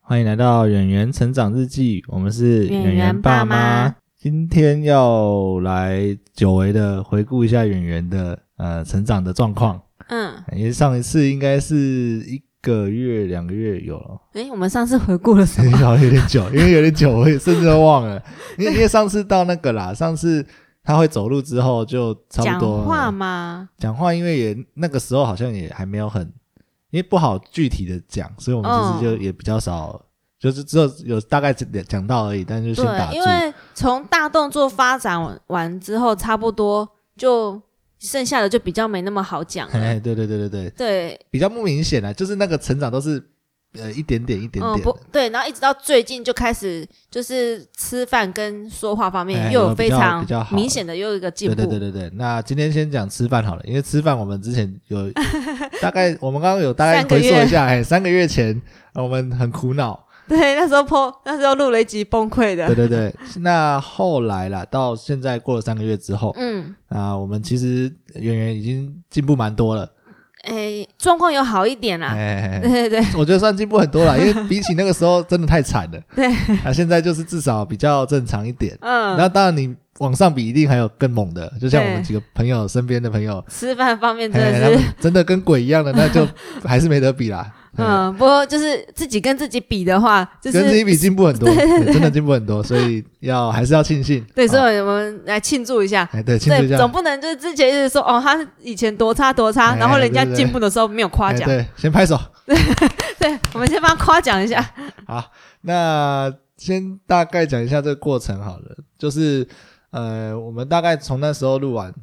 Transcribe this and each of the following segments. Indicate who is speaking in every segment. Speaker 1: 欢迎来到演员成长日记，我们是
Speaker 2: 演
Speaker 1: 演员
Speaker 2: 员
Speaker 1: 爸
Speaker 2: 爸妈
Speaker 1: 妈。今天要来久违的回顾一下演员的呃成长的状况，
Speaker 2: 嗯，
Speaker 1: 因为上一次应该是一个月、两个月有了，
Speaker 2: 诶，我们上次回顾了什么？
Speaker 1: 好像有点久，因为有点久，我也甚至都忘了，因为因为上次到那个啦，上次他会走路之后就 差
Speaker 2: 讲
Speaker 1: 不多了啊
Speaker 2: 话吗？
Speaker 1: 讲话，因为也那个时候好像也还没有很，因为不好具体的讲，所以我们其实
Speaker 2: 嗯
Speaker 1: 就也比较少，就是只有有大概讲讲到而已，但是就先打住。
Speaker 2: 对，因为从大动作发展完完之后，差不多就剩下的就比较没那么好讲
Speaker 1: 哎，
Speaker 2: 了。
Speaker 1: 对对对对对，
Speaker 2: 对，
Speaker 1: 比较不明显啊，就是那个成长都是呃一点点一点
Speaker 2: 嗯，
Speaker 1: 点
Speaker 2: 不
Speaker 1: 的，
Speaker 2: 对，然后一直到最近就开始就是吃饭跟说话方面
Speaker 1: 哎
Speaker 2: 又
Speaker 1: 有
Speaker 2: 有
Speaker 1: 比
Speaker 2: 非
Speaker 1: 较
Speaker 2: 常
Speaker 1: 比较好
Speaker 2: 明显的又有一个进
Speaker 1: 对
Speaker 2: 步。
Speaker 1: 对对对对。那今天先讲吃饭好了，因为吃饭我们之前有大概我们刚刚有大概
Speaker 2: 三个
Speaker 1: 回
Speaker 2: 月
Speaker 1: 溯一下，哎，三个月前呃我们很苦恼，
Speaker 2: 对那时候 po 那时候录了一集崩溃的。
Speaker 1: 对对对。那后来啦，到现在过了三个月之后，
Speaker 2: 嗯，
Speaker 1: 啊，我们其实圆圆已经进步蛮多了，
Speaker 2: 诶，状况有好一点啦。
Speaker 1: 哎、
Speaker 2: 对对对，
Speaker 1: 我觉得算进步很多了，因为比起那个时候真的太惨了。
Speaker 2: 对，
Speaker 1: 啊，现在就是至少比较正常一点。
Speaker 2: 嗯，
Speaker 1: 那当然，你往上比一定还有更猛的，就像我
Speaker 2: 对
Speaker 1: 们几个朋友身边的朋友，
Speaker 2: 吃饭方面真
Speaker 1: 哎
Speaker 2: 的
Speaker 1: 他
Speaker 2: 是
Speaker 1: 们真的跟鬼一 样的，那就还是没得比啦。嗯，
Speaker 2: 嗯，不过就是自己跟自己比的话，就
Speaker 1: 跟自己
Speaker 2: 是
Speaker 1: 比进步很多，
Speaker 2: 对对对
Speaker 1: 对真的进步很多，所以要还是要庆幸。
Speaker 2: 对，
Speaker 1: 啊
Speaker 2: 所以我们来庆祝一下。
Speaker 1: 哎，对，庆祝
Speaker 2: 对
Speaker 1: 一，下
Speaker 2: 总。不能就是之前一直说哦，他以前多差多
Speaker 1: 哎
Speaker 2: 差，然后人家
Speaker 1: 对对对
Speaker 2: 进步的时候没有夸
Speaker 1: 哎，
Speaker 2: 奖。
Speaker 1: 对，先拍手。
Speaker 2: 对，我们先帮他夸奖一下。
Speaker 1: 好，那先大概讲一下这个过程好了，就是呃，我们大概从那时候录完，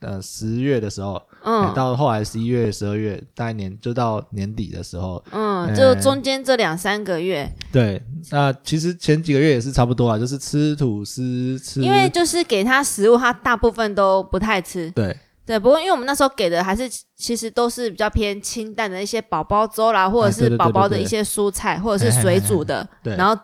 Speaker 1: 呃，十月的时候，哎
Speaker 2: 嗯
Speaker 1: 到后来十一月、十二月，大概年就到年底的时候，
Speaker 2: 嗯，
Speaker 1: 哎
Speaker 2: 就中间这两三个月，
Speaker 1: 对，那其实前几个月也是差不多啊，就是吃吐司吃，
Speaker 2: 因为就是给他食物，他大部分都不太吃。
Speaker 1: 对
Speaker 2: 对，不过因为我们那时候给的还是其实都是比较偏清淡的一些宝宝粥啦，或者
Speaker 1: 哎对对
Speaker 2: 是
Speaker 1: 对
Speaker 2: 宝宝的
Speaker 1: 对对哎
Speaker 2: 一些蔬菜，或者是水煮的，
Speaker 1: 对，
Speaker 2: 然后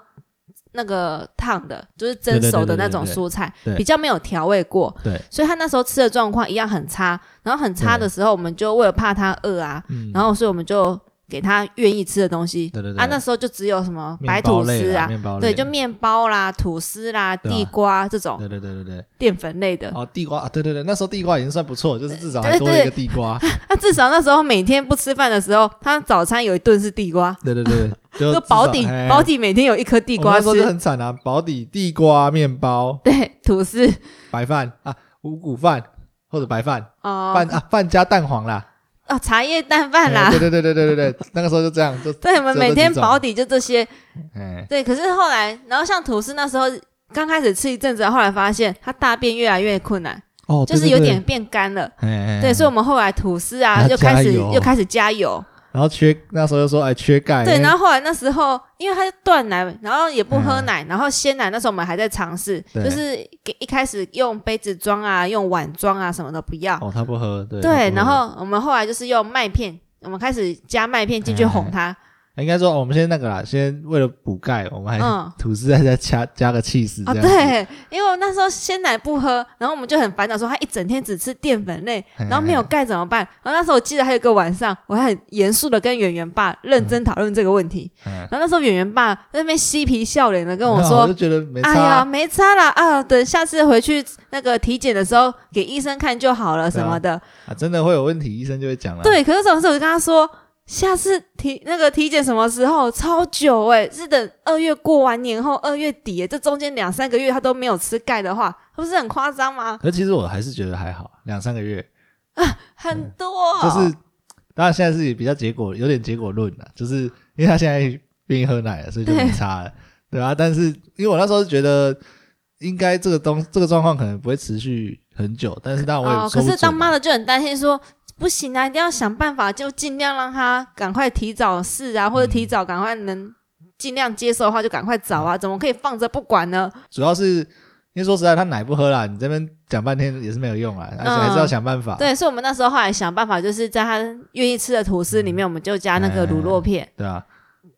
Speaker 2: 那个烫的，就是蒸
Speaker 1: 对对对
Speaker 2: 熟的
Speaker 1: 对对
Speaker 2: 那种
Speaker 1: 对
Speaker 2: 蔬菜
Speaker 1: 对，
Speaker 2: 比较没有调味过，
Speaker 1: 对，
Speaker 2: 所以他那时候吃的状况一样很差。然后很差的时候，我们就为了怕他饿啊，
Speaker 1: 嗯，
Speaker 2: 然后所以我们就给他愿意吃的东西。
Speaker 1: 对对对
Speaker 2: 啊，那时候就只有什么
Speaker 1: 面
Speaker 2: 白
Speaker 1: 包
Speaker 2: 吐
Speaker 1: 类
Speaker 2: 司
Speaker 1: 啦
Speaker 2: 啊，
Speaker 1: 面包类
Speaker 2: 对，就面包啦、吐司啦、
Speaker 1: 对啊
Speaker 2: 地瓜这种
Speaker 1: 对对对对对，
Speaker 2: 淀粉类的。
Speaker 1: 哦，地瓜，啊对对对，那时候地瓜已经算不错，就是至少还
Speaker 2: 对
Speaker 1: 多了一
Speaker 2: 对
Speaker 1: 个地瓜，
Speaker 2: 他至少 那时候每天不吃饭的时候，他早餐有一顿是地瓜，
Speaker 1: 对对对，就
Speaker 2: 就
Speaker 1: 至
Speaker 2: 保
Speaker 1: 少
Speaker 2: 底
Speaker 1: 哎
Speaker 2: 保底每天有一颗地
Speaker 1: 我
Speaker 2: 瓜
Speaker 1: 那时候就
Speaker 2: 吃，
Speaker 1: 很惨啊，保底地瓜、面包、
Speaker 2: 对，吐司
Speaker 1: 白饭啊、五谷饭或者白饭，
Speaker 2: 哦
Speaker 1: 饭啊饭加蛋黄啦，
Speaker 2: 哦茶叶蛋饭啦
Speaker 1: 哎，对对对对对对对，那个时候就这 样，就
Speaker 2: 对，我们
Speaker 1: 只有这
Speaker 2: 每天
Speaker 1: 几种
Speaker 2: 保底就这些。
Speaker 1: 哎，
Speaker 2: 对，可是后来，然后像吐司那时候刚开始吃一阵子，后来发现它大便越来越困难，
Speaker 1: 哦，
Speaker 2: 就是有点，变干了。
Speaker 1: 哎哎，哎
Speaker 2: 对，所以我们后来吐司啊，
Speaker 1: 要
Speaker 2: 又开始
Speaker 1: 加油
Speaker 2: 又开始加油。
Speaker 1: 然后缺那时候就说哎缺钙，
Speaker 2: 对，
Speaker 1: 因为
Speaker 2: 然后后来那时候，因为他断奶，然后也不喝
Speaker 1: 嗯
Speaker 2: 奶，然后鲜奶那时候我们还在尝试，
Speaker 1: 对
Speaker 2: 就是给一开始用杯子装啊，用碗装啊，什么都不要。
Speaker 1: 哦他不喝，对他
Speaker 2: 对，
Speaker 1: 不喝
Speaker 2: 然后我们后来就是用麦片，我们开始加麦片
Speaker 1: 哎
Speaker 2: 进去哄他。
Speaker 1: 应该说哦我们先那个啦，先为了补钙，我们还
Speaker 2: 嗯，
Speaker 1: 吐司再再加加个气势
Speaker 2: 啊，
Speaker 1: 这样子，哎
Speaker 2: 对，因为我那时候鲜奶不喝，然后我们就很烦恼，说他一整天只吃淀粉类，
Speaker 1: 哎
Speaker 2: 然后没有钙怎么办？然后那时候我记得还有一个晚上，我还很严肃的跟圆圆爸认真讨论这个问题。
Speaker 1: 嗯哦
Speaker 2: 然后那时候圆圆爸在那边嬉皮笑脸 的跟我
Speaker 1: 然后
Speaker 2: 说
Speaker 1: 就觉得没：“
Speaker 2: 哎呀，
Speaker 1: 差，啊
Speaker 2: 没差啦，啊，等下次回去那个体检的时候给医生看就好了
Speaker 1: 对啊
Speaker 2: 什么的。
Speaker 1: 啊真的会有问题，医生就会讲了，
Speaker 2: 对，可是总是我就跟他说。下次体那个体检什么时候？超久哎、是等二月过完年后，二月底、欸，这中间两三个月他都没有吃钙的话，不是很夸张吗？
Speaker 1: 可是其实我还是觉得还好，两三个月，
Speaker 2: 很多、
Speaker 1: 就是当然现在是比较结果有点结果论了，就是因为他现在愿意喝奶了，所以就没差了，对啊，但是因为我那时候觉得应该这个东这个状况可能不会持续很久，但是当然我也
Speaker 2: 哦，
Speaker 1: 说
Speaker 2: 可
Speaker 1: 不准啊、
Speaker 2: 是当妈的就很担心说。不行啊，一定要想办法，就尽量让他赶快提早试啊，或者提早赶快能尽量接受的话，就赶快找
Speaker 1: 嗯
Speaker 2: 啊，怎么可以放着不管呢？
Speaker 1: 主要是因为说实在他奶不喝啦，你这边讲半天也是没有用啦，而且还是要想办法，
Speaker 2: 嗯对，所以我们那时候后来想办法，就是在他愿意吃的吐司里面，我们就加那
Speaker 1: 哎
Speaker 2: 个乳酪片。
Speaker 1: 对啊。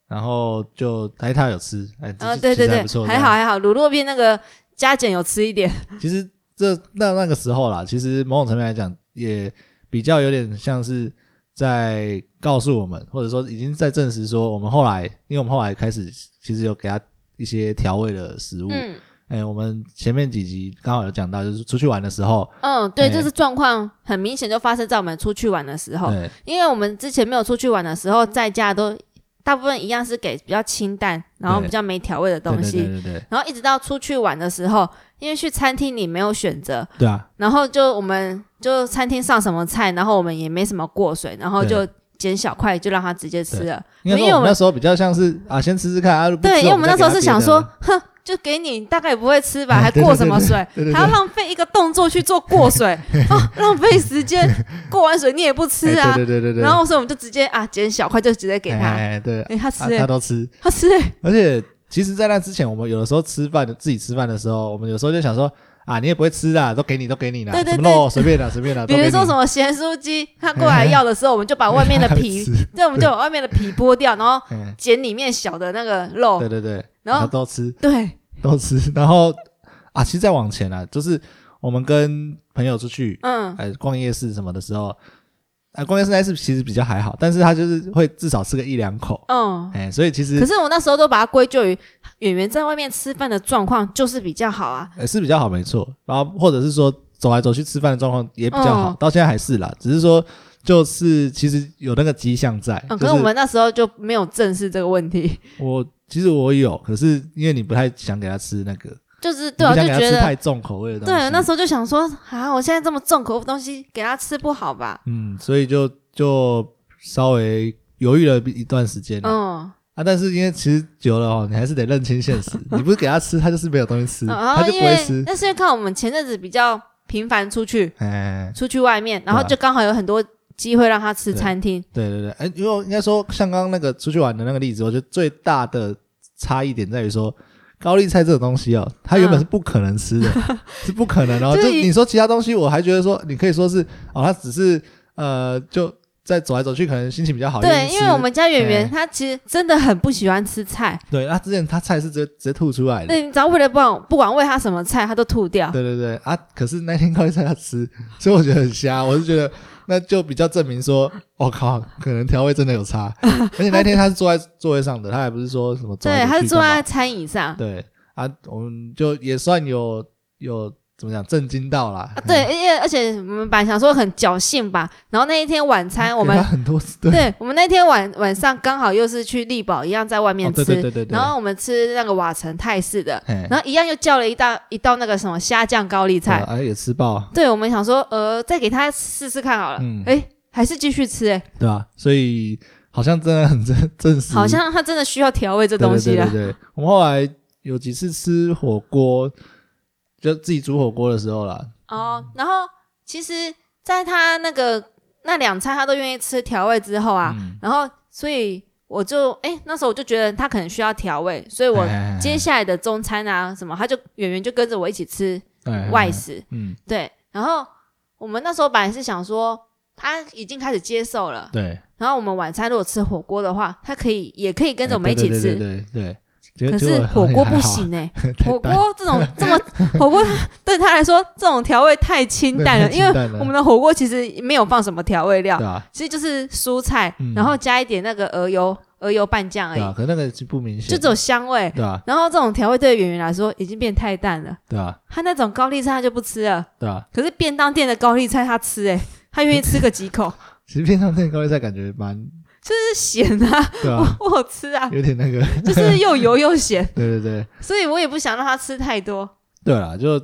Speaker 1: 然后就哎，他有吃，哎，
Speaker 2: 啊，
Speaker 1: 其
Speaker 2: 对
Speaker 1: 其
Speaker 2: 对
Speaker 1: 实还
Speaker 2: 对
Speaker 1: 不错，，
Speaker 2: 还
Speaker 1: 这
Speaker 2: 好
Speaker 1: 样。
Speaker 2: 还好，乳酪片那个加减有吃一点，
Speaker 1: 其实这那那个时候啦，其实某种层面来讲，也比较有点像是在告诉我们，或者说已经在证实说，我们后来，因为我们后来开始其实有给他一些调味的食物。
Speaker 2: 嗯
Speaker 1: 哎、我们前面几集刚好有讲到，就是出去玩的时候，
Speaker 2: 嗯，对，
Speaker 1: 哎
Speaker 2: 这是状况很明显就发生在我们出去玩的时候，
Speaker 1: 对
Speaker 2: 因为我们之前没有出去玩的时候，在家都大部分一样是给比较清淡，然后
Speaker 1: 对
Speaker 2: 比较没调味的
Speaker 1: 对对
Speaker 2: 东
Speaker 1: 对
Speaker 2: 西。
Speaker 1: 对对，
Speaker 2: 然后一直到出去玩的时候，因为去餐厅你没有选择，
Speaker 1: 对啊，
Speaker 2: 然后就我们就餐厅上什么菜，然后我们也没什么过水，然后就捡小块就让他直接吃了。
Speaker 1: 应该
Speaker 2: 没
Speaker 1: 说
Speaker 2: 有
Speaker 1: 我们
Speaker 2: 我
Speaker 1: 那时候比较像是啊，先吃吃看啊，如果不吃
Speaker 2: 对，因为我们那时候
Speaker 1: 再
Speaker 2: 是
Speaker 1: 给他
Speaker 2: 想
Speaker 1: 别的
Speaker 2: 说，哼，就给你，大概也不会吃吧，
Speaker 1: 哎
Speaker 2: 还
Speaker 1: 对
Speaker 2: 过
Speaker 1: 对
Speaker 2: 什么
Speaker 1: 对
Speaker 2: 水
Speaker 1: 对对？
Speaker 2: 还要
Speaker 1: 对
Speaker 2: 浪费一个动作去做 过水，啊，浪费时间。过完水你也不吃
Speaker 1: 哎
Speaker 2: 啊，
Speaker 1: 对对对对对，
Speaker 2: 然后所以我们就直接啊捡小块就直接给
Speaker 1: 哎
Speaker 2: 他，
Speaker 1: 哎哎对，
Speaker 2: 哎，他吃
Speaker 1: 他
Speaker 2: 欸
Speaker 1: 他，都吃，
Speaker 2: 他吃欸，
Speaker 1: 而且其实，在那之前，我们有的时候吃饭的自己吃饭的时候，我们有时候就想说啊，你也不会吃啦，都给你，都给你啦，
Speaker 2: 对对
Speaker 1: 什么
Speaker 2: 对
Speaker 1: 肉随便啦，随便啦，
Speaker 2: 比如说什
Speaker 1: 么
Speaker 2: 么咸酥鸡，他过来要的时候，我们就把外面的 皮，对，我们就把外面的皮剥掉，然后
Speaker 1: 嗯，
Speaker 2: 捡里面小的那个肉
Speaker 1: 对，对对，
Speaker 2: 然后
Speaker 1: 都吃
Speaker 2: 对，
Speaker 1: 都吃，然后啊，其实再往前啊，就是我们跟朋友出去，
Speaker 2: 嗯，
Speaker 1: 哎，逛夜市什么的时候，啊，逛夜市那次其实比较还好，但是他就是会至少吃个一两口，
Speaker 2: 嗯。
Speaker 1: 哎，所以其实
Speaker 2: 可是我那时候都把它归咎于演员在外面吃饭的状况就是比较好啊，
Speaker 1: 呃，是比较好，没错。然后或者是说走来走去吃饭的状况也比较好，
Speaker 2: 嗯
Speaker 1: 到现在还是啦，只是说就是其实有那个迹象在。
Speaker 2: 嗯，
Speaker 1: 就
Speaker 2: 可
Speaker 1: 是
Speaker 2: 是我们那时候就没有正视这个问题，
Speaker 1: 我其实我有，可是因为你不太想给他吃那个，
Speaker 2: 就是对啊，
Speaker 1: 你不想
Speaker 2: 就
Speaker 1: 给他
Speaker 2: 觉
Speaker 1: 吃
Speaker 2: 得
Speaker 1: 太重口味的东西。
Speaker 2: 对，那时候就想说啊，我现在这么重口味的东西给他吃不好吧？
Speaker 1: 嗯，所以就就稍微犹豫了一段时间啦、
Speaker 2: 嗯，
Speaker 1: 啊。但是因为其实久了哦，你还是得认清现 实，你不是给他吃，他就是没有东西吃，
Speaker 2: 嗯然
Speaker 1: 他
Speaker 2: 后
Speaker 1: 就
Speaker 2: 因
Speaker 1: 不会
Speaker 2: 为
Speaker 1: 吃。
Speaker 2: 那是因为看我们前阵子比较频繁出去，
Speaker 1: 哎，
Speaker 2: 出去外面，然后
Speaker 1: 对啊
Speaker 2: 就刚好有很多机会让他吃餐厅。
Speaker 1: 对对对，哎、因为我应该说，像刚刚那个出去玩的那个例子，我觉得最大的差异点在于说，高丽菜这种东西哦，它原本是不可能吃 的，是不可能哦。
Speaker 2: 就
Speaker 1: 就是
Speaker 2: 一
Speaker 1: 你说其他东西，我还觉得说，你可以说是哦，它只是呃，就在走来走去，可能心情比较好。愿
Speaker 2: 对，
Speaker 1: 意吃
Speaker 2: 因为我们家圆
Speaker 1: 哎
Speaker 2: 圆她其实真的很不喜欢吃菜，
Speaker 1: 对，他之前他菜是直接直接吐出来的。
Speaker 2: 那你只要为了不管不管喂她什么菜，她都吐掉。
Speaker 1: 对对对啊！可是那天高丽菜他吃，所以我觉得很瞎。我是觉得那就比较证明说，我、靠，可能调味真的有差。而且那天他是坐在座位上的，他还不是说什么走来
Speaker 2: 对，
Speaker 1: 走
Speaker 2: 她是
Speaker 1: 去
Speaker 2: 坐
Speaker 1: 干嘛
Speaker 2: 在餐椅上。
Speaker 1: 对啊，我们就也算有有怎么讲震惊到啦。
Speaker 2: 啊对，因为而且我们本来想说很侥幸吧，然后那一天晚餐
Speaker 1: 嗯，
Speaker 2: 我
Speaker 1: 给
Speaker 2: 们
Speaker 1: 他很多 对
Speaker 2: 对，我们那天晚晚上刚好又是去力宝一样在外面
Speaker 1: 哦
Speaker 2: 吃，
Speaker 1: 对对对对对，
Speaker 2: 然后我们吃那个瓦城泰式的，
Speaker 1: 嘿啊
Speaker 2: 然后一样又叫了一道一道那个什么虾酱高丽菜
Speaker 1: 对。啊也吃爆，
Speaker 2: 对，我们想说，呃，再给他试试看好了。
Speaker 1: 嗯
Speaker 2: 诶，还是继续吃、诶，
Speaker 1: 对吧、所以好像真的很证证实，
Speaker 2: 好像他真的需要调味这
Speaker 1: 这
Speaker 2: 东西
Speaker 1: 对
Speaker 2: 啊了。
Speaker 1: 对对对，我们后来有几次吃火锅，就自己煮火锅的时候啦，
Speaker 2: 哦，然后其实，在他那个那两餐他都愿意吃调味之后啊，
Speaker 1: 嗯，
Speaker 2: 然后所以我就诶，那时候我就觉得他可能需要调味，所以我
Speaker 1: 哎
Speaker 2: 接下来的中餐啊什么，他就远远就跟着我一起吃外，食。
Speaker 1: 哎哎哎嗯，
Speaker 2: 对，然后我们那时候本来是想说，他已经开始接受了，
Speaker 1: 对，
Speaker 2: 然后我们晚餐如果吃火锅的话，他可以也可以跟着我们
Speaker 1: 哎
Speaker 2: 一起
Speaker 1: 对
Speaker 2: 吃。
Speaker 1: 对对对对，
Speaker 2: 可
Speaker 1: 结
Speaker 2: 是
Speaker 1: 结果
Speaker 2: 火
Speaker 1: 好啊像
Speaker 2: 锅
Speaker 1: 也
Speaker 2: 不
Speaker 1: 还好，
Speaker 2: 行哎、
Speaker 1: 太
Speaker 2: 火
Speaker 1: 淡
Speaker 2: 锅这种这么火锅对他来说这种调味太 清
Speaker 1: 对
Speaker 2: 淡
Speaker 1: 太
Speaker 2: 了，
Speaker 1: 清
Speaker 2: 因为
Speaker 1: 淡了
Speaker 2: 我们的火锅其实没有放什么调味料
Speaker 1: 对，啊
Speaker 2: 其实就是蔬菜，
Speaker 1: 嗯
Speaker 2: 然后加一点那个鹅油鹅油拌酱而
Speaker 1: 对
Speaker 2: 已，
Speaker 1: 啊，可那个是不明显
Speaker 2: 哎就
Speaker 1: 的，
Speaker 2: 只有香味。
Speaker 1: 对啊
Speaker 2: 然后这种调味对圆圆来说已经变太淡了，
Speaker 1: 对啊
Speaker 2: 他那种高丽菜他就不吃了，
Speaker 1: 对啊，
Speaker 2: 可是便当店的高丽菜他吃哎、他愿意吃个几 口，
Speaker 1: 其实片上那个高丽菜感觉蛮
Speaker 2: 就是咸啊，
Speaker 1: 对啊，
Speaker 2: 我我吃啊，
Speaker 1: 有点那个，
Speaker 2: 就是又油又咸，
Speaker 1: 对对对
Speaker 2: 所以我也不想让他吃太多，
Speaker 1: 对啦，就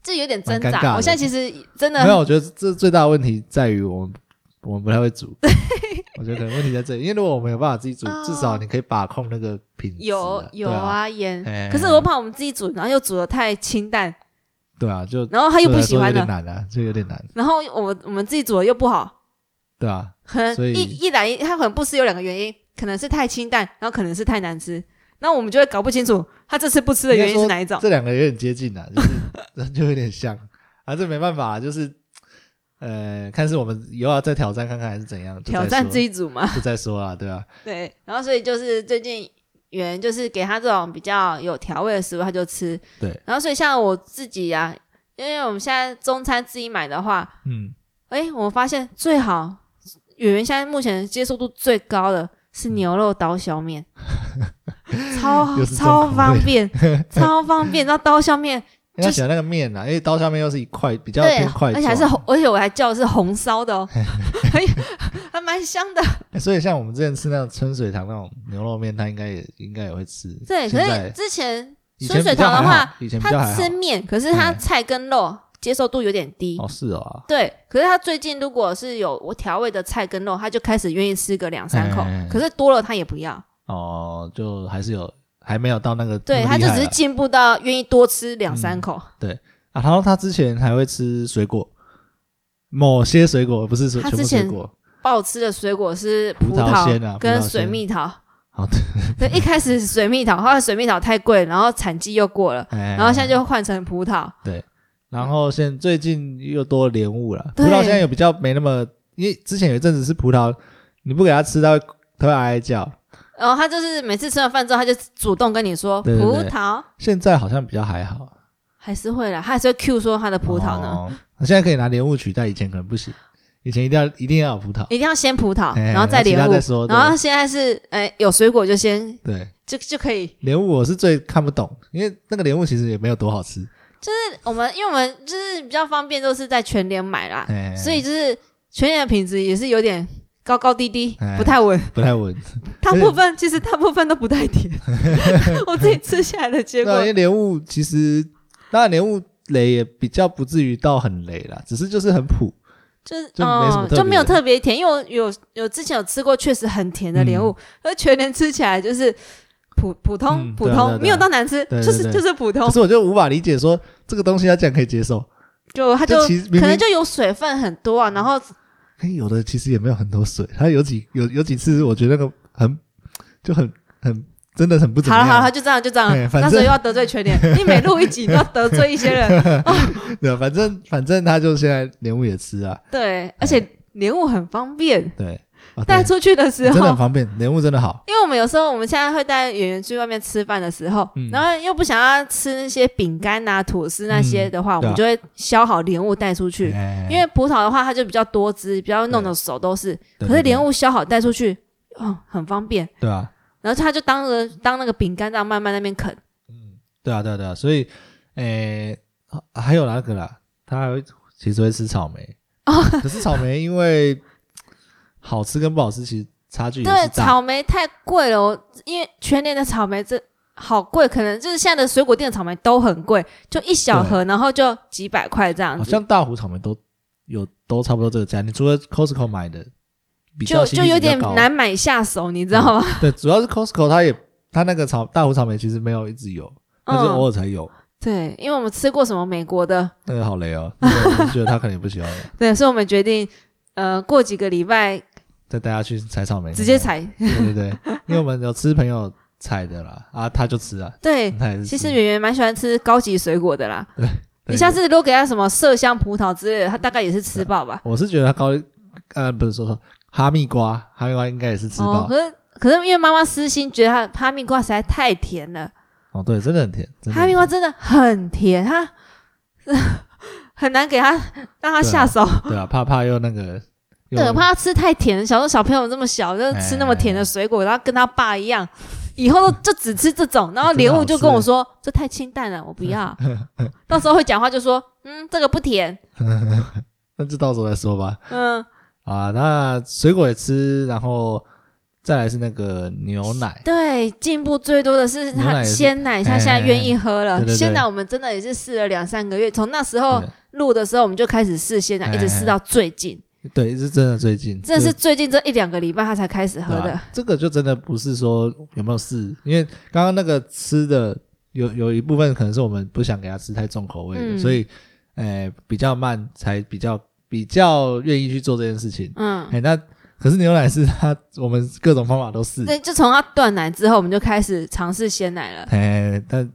Speaker 2: 这有点挣
Speaker 1: 蛮尴尬
Speaker 2: 扎。
Speaker 1: 的
Speaker 2: 我现在其实真的
Speaker 1: 没有，我觉得这最大的问题在于我们我们不太会 煮，我觉得可能问题在这里，因为如果我们有办法自己煮，
Speaker 2: 哦
Speaker 1: 至少你可以把控那个品质
Speaker 2: 有
Speaker 1: 啊，
Speaker 2: 有
Speaker 1: 对啊，
Speaker 2: 啊盐，
Speaker 1: 哎
Speaker 2: 可是我怕我们自己煮，然后又煮的太清淡，
Speaker 1: 对啊，就
Speaker 2: 然后他又
Speaker 1: 对
Speaker 2: 不
Speaker 1: 我来
Speaker 2: 喜
Speaker 1: 说
Speaker 2: 欢
Speaker 1: 有点
Speaker 2: 了，
Speaker 1: 难啊，就有点难，
Speaker 2: 然后我我们自己煮的又不好，
Speaker 1: 对啊，
Speaker 2: 可能
Speaker 1: 所以
Speaker 2: 一一来他可能不吃有两个原因，可能是太清淡，然后可能是太难吃，那我们就会搞不清楚他这次不吃的原因是哪一种。
Speaker 1: 这两个有点接近 啊，就是就有点像，啊，这没办法啊，就是呃，看是我们以后要再挑战看看还是怎样，就
Speaker 2: 挑
Speaker 1: 再
Speaker 2: 战
Speaker 1: 说
Speaker 2: 自己煮嘛，
Speaker 1: 就再说啦，对啊，
Speaker 2: 对，然后所以就是最近圆就是给他这种比较有调味的食物，他就吃。
Speaker 1: 对，
Speaker 2: 然后所以像我自己啊，因为我们现在中餐自己买的话，
Speaker 1: 嗯，
Speaker 2: 哎，我发现最好演员现在目前接受度最高的是牛肉刀削面，超好
Speaker 1: 嗯 又是重口
Speaker 2: 超
Speaker 1: 味
Speaker 2: 方便， 超方便。那刀削面
Speaker 1: 因为他
Speaker 2: 就是
Speaker 1: 喜欢那个面啊，因为刀削面又是一块比较
Speaker 2: 对啊
Speaker 1: 偏，块状，
Speaker 2: 而且还是红，而且我还叫的是红 烧的哦，哎呀 还蛮香的。
Speaker 1: 欸所以像我们之前吃那种春水堂那种牛肉面，他应该也应该也会吃。
Speaker 2: 对，可
Speaker 1: 现
Speaker 2: 是
Speaker 1: 在
Speaker 2: 之前
Speaker 1: 以前
Speaker 2: 春水
Speaker 1: 比较
Speaker 2: 堂的
Speaker 1: 还
Speaker 2: 话
Speaker 1: 好，，以前比较
Speaker 2: 他
Speaker 1: 还好
Speaker 2: 吃。面，可是他
Speaker 1: 嗯
Speaker 2: 菜跟肉接受度有点低。
Speaker 1: 哦，是哦啊，
Speaker 2: 对，可是他最近如果是有我调味的菜跟肉，他就开始愿意吃个两三口
Speaker 1: 哎哎哎，
Speaker 2: 可是多了他也不要。
Speaker 1: 哦，就还是有，还没有到那个那
Speaker 2: 对，
Speaker 1: 么
Speaker 2: 他
Speaker 1: 厉
Speaker 2: 就
Speaker 1: 害
Speaker 2: 只是
Speaker 1: 啦
Speaker 2: 进步到愿意多吃两三口。
Speaker 1: 啊。然后他之前还会吃水果，某些水果不是说
Speaker 2: 他
Speaker 1: 全部
Speaker 2: 之
Speaker 1: 水
Speaker 2: 前
Speaker 1: 果。
Speaker 2: 爆吃的水果是
Speaker 1: 葡萄鲜啊
Speaker 2: 萄
Speaker 1: 葡
Speaker 2: 跟
Speaker 1: 萄
Speaker 2: 水
Speaker 1: 鲜
Speaker 2: 蜜桃。
Speaker 1: 好 的，
Speaker 2: 对，一开始是水蜜桃，后来水蜜桃太贵，然后产季又过了，
Speaker 1: 哎，
Speaker 2: 然后现在就换成葡萄。
Speaker 1: 对，然后现最近又多了莲雾了。葡
Speaker 2: 对
Speaker 1: 萄现在有比较没那么，因为之前有一阵子是葡萄，你不给它吃，它会它会哀哀叫。
Speaker 2: 然后他就是每次吃完饭之后，他就主动跟你说
Speaker 1: 对对
Speaker 2: 葡
Speaker 1: 对
Speaker 2: 萄
Speaker 1: 现在好像比较还好。
Speaker 2: 还是会来，他还是会 Q 说他的葡萄呢，
Speaker 1: 哦现在可以拿莲雾取代，以前可能不行，以前一定要一定要有葡 萄。
Speaker 2: 一定要先葡萄，
Speaker 1: 哎
Speaker 2: 然后再
Speaker 1: 其
Speaker 2: 莲
Speaker 1: 他
Speaker 2: 雾
Speaker 1: 再说，对
Speaker 2: 然后现在是哎有水果就先
Speaker 1: 对，
Speaker 2: 就就可以。
Speaker 1: 莲雾我是最看不懂，因为那个莲雾其实也没有多好吃，
Speaker 2: 我们因为我们就是比较方便，都是在全联买啦，
Speaker 1: 哎
Speaker 2: 所以就是全联的品质也是有点高高低低，
Speaker 1: 哎
Speaker 2: 不太稳。
Speaker 1: 不太稳。
Speaker 2: 大部分其实大部分都不太 甜，我自己吃下来的结
Speaker 1: 对
Speaker 2: 果
Speaker 1: 啊，因为莲雾其实当然莲雾雷也比较不至于到很雷啦，只是就是很普。
Speaker 2: 就是
Speaker 1: 就没什么特
Speaker 2: 哦
Speaker 1: 别的
Speaker 2: 就没有特别甜，因为我有有之前有吃过确实很甜的莲雾，而全联吃起来就是普普通
Speaker 1: 嗯
Speaker 2: 普
Speaker 1: 对啊对啊
Speaker 2: 通
Speaker 1: 对，啊
Speaker 2: 没有到难吃，
Speaker 1: 对对
Speaker 2: 就是
Speaker 1: 对
Speaker 2: 就是普通
Speaker 1: 可，是我就无法理解说这个东西它竟然可以接受，
Speaker 2: 就它就
Speaker 1: 就其实明
Speaker 2: 可能
Speaker 1: 明
Speaker 2: 就有水分很多啊，然后
Speaker 1: 哎有的其实也没有很多水，它有几有有几次我觉得那个很就很很真的很不怎
Speaker 2: 好
Speaker 1: 么
Speaker 2: 了好
Speaker 1: 样。
Speaker 2: 了，就这样就这样
Speaker 1: 哎，反正
Speaker 2: 那时候又要得罪全联，你每录一集都要得罪一些人，
Speaker 1: 对啊，反正反正他就现在莲雾也吃啊，
Speaker 2: 对，而且莲雾很方便，
Speaker 1: 对，啊
Speaker 2: 带
Speaker 1: 对
Speaker 2: 出去的时
Speaker 1: 真的很
Speaker 2: 候。
Speaker 1: 方便，莲雾真的好。
Speaker 2: 因为我们有时候我们现在会带演员去外面吃饭的时候，
Speaker 1: 嗯
Speaker 2: 然后又不想要吃那些饼干啊、吐司那些的话，我
Speaker 1: 对
Speaker 2: 们
Speaker 1: 啊
Speaker 2: 就会削好莲雾带出去。
Speaker 1: 哎
Speaker 2: 因为葡萄的话，它就比较多汁，比较弄得手都是。
Speaker 1: 对
Speaker 2: 可是
Speaker 1: 对对
Speaker 2: 莲雾削好带出去，哦，很方便。
Speaker 1: 对啊，
Speaker 2: 然后它就当个当那个饼干这样慢慢那边啃。
Speaker 1: 对啊，对啊，对啊，所以，诶、啊还有哪个啦？他还会其实会吃草莓，
Speaker 2: 哦
Speaker 1: 可是草莓因为好吃跟不好吃其实差距也
Speaker 2: 对
Speaker 1: 是，大。
Speaker 2: 草莓太贵了，我因为全年的草莓这好贵，可能就是现在的水果店的草莓都很贵，就一小盒，然后就几百块这样
Speaker 1: 好
Speaker 2: 子，
Speaker 1: 像大湖草莓都有都差不多这个价，你除了 Costco 买的比较
Speaker 2: 就
Speaker 1: CP
Speaker 2: 就有点
Speaker 1: 比较高
Speaker 2: 难买下手，你知道吗？
Speaker 1: 对，主要是 Costco 它也它那个草大湖草莓其实没有一直有，但是偶
Speaker 2: 嗯，
Speaker 1: 尔才有。
Speaker 2: 对，因为我们吃过什么美国的，
Speaker 1: 那个好雷哦，那个我是觉得他可能也不喜欢了，
Speaker 2: 对，所以我们决定，呃，过几个礼拜
Speaker 1: 再带他去采草莓，
Speaker 2: 直接。采。
Speaker 1: 对对对，因为我们有吃朋友采的啦，啊，他就吃啊，
Speaker 2: 对，
Speaker 1: 他也是吃。
Speaker 2: 哎其实圆圆蛮喜欢吃高级水果的啦。
Speaker 1: 对
Speaker 2: 你下次如果给他什么麝香葡萄之类的，他大概也是吃饱吧。
Speaker 1: 我是觉得它高，呃，不是说说哈密瓜，哈密瓜应该也是吃
Speaker 2: 哦
Speaker 1: 饱，
Speaker 2: 可是可是因为妈妈私心觉得他哈密瓜实在太甜了，
Speaker 1: 哦，对，真的很甜，真的
Speaker 2: 哈
Speaker 1: 很
Speaker 2: 密
Speaker 1: 甜
Speaker 2: 瓜真的很甜，它 很难给他让
Speaker 1: 对
Speaker 2: 他
Speaker 1: 啊
Speaker 2: 下手。
Speaker 1: 对啊，怕怕又那个，又
Speaker 2: 对，我怕他吃太甜。小时候小朋友这么小，就
Speaker 1: 哎
Speaker 2: 吃那么甜的水果，然后跟他爸一样，以后就只吃这种。然后莲雾就跟我说：“这太清淡了，我 不要。”到时候会讲话就说：“嗯，这个不甜。
Speaker 1: 那就到时候再说吧。”
Speaker 2: 嗯，
Speaker 1: 啊，那水果也吃，然后再来是那个牛奶，
Speaker 2: 对，进步最多的是
Speaker 1: 牛奶
Speaker 2: 他
Speaker 1: 也是
Speaker 2: 鲜奶，他现在愿意喝
Speaker 1: 哎哎哎
Speaker 2: 了。
Speaker 1: 对对对
Speaker 2: 鲜奶我们真的也是试了两三个月，从那时候
Speaker 1: 对
Speaker 2: 录的时候我们就开始试鲜奶，
Speaker 1: 哎
Speaker 2: 一直试到最近，
Speaker 1: 对，是真的最近，
Speaker 2: 真的是
Speaker 1: 就
Speaker 2: 最近这一两个礼拜他才开始喝
Speaker 1: 对啊
Speaker 2: 的。
Speaker 1: 这个就真的不是说有没有事，因为刚刚那个吃的有有一部分可能是我们不想给他吃太重口味的，
Speaker 2: 嗯
Speaker 1: 所以，呃，比较慢才比较比较愿意去做这件事情。
Speaker 2: 嗯
Speaker 1: 哎、，那可是牛奶是它，我们各种方法都试。
Speaker 2: 对，就从他断奶之后，我们就开始尝试鲜奶了。
Speaker 1: 哎、但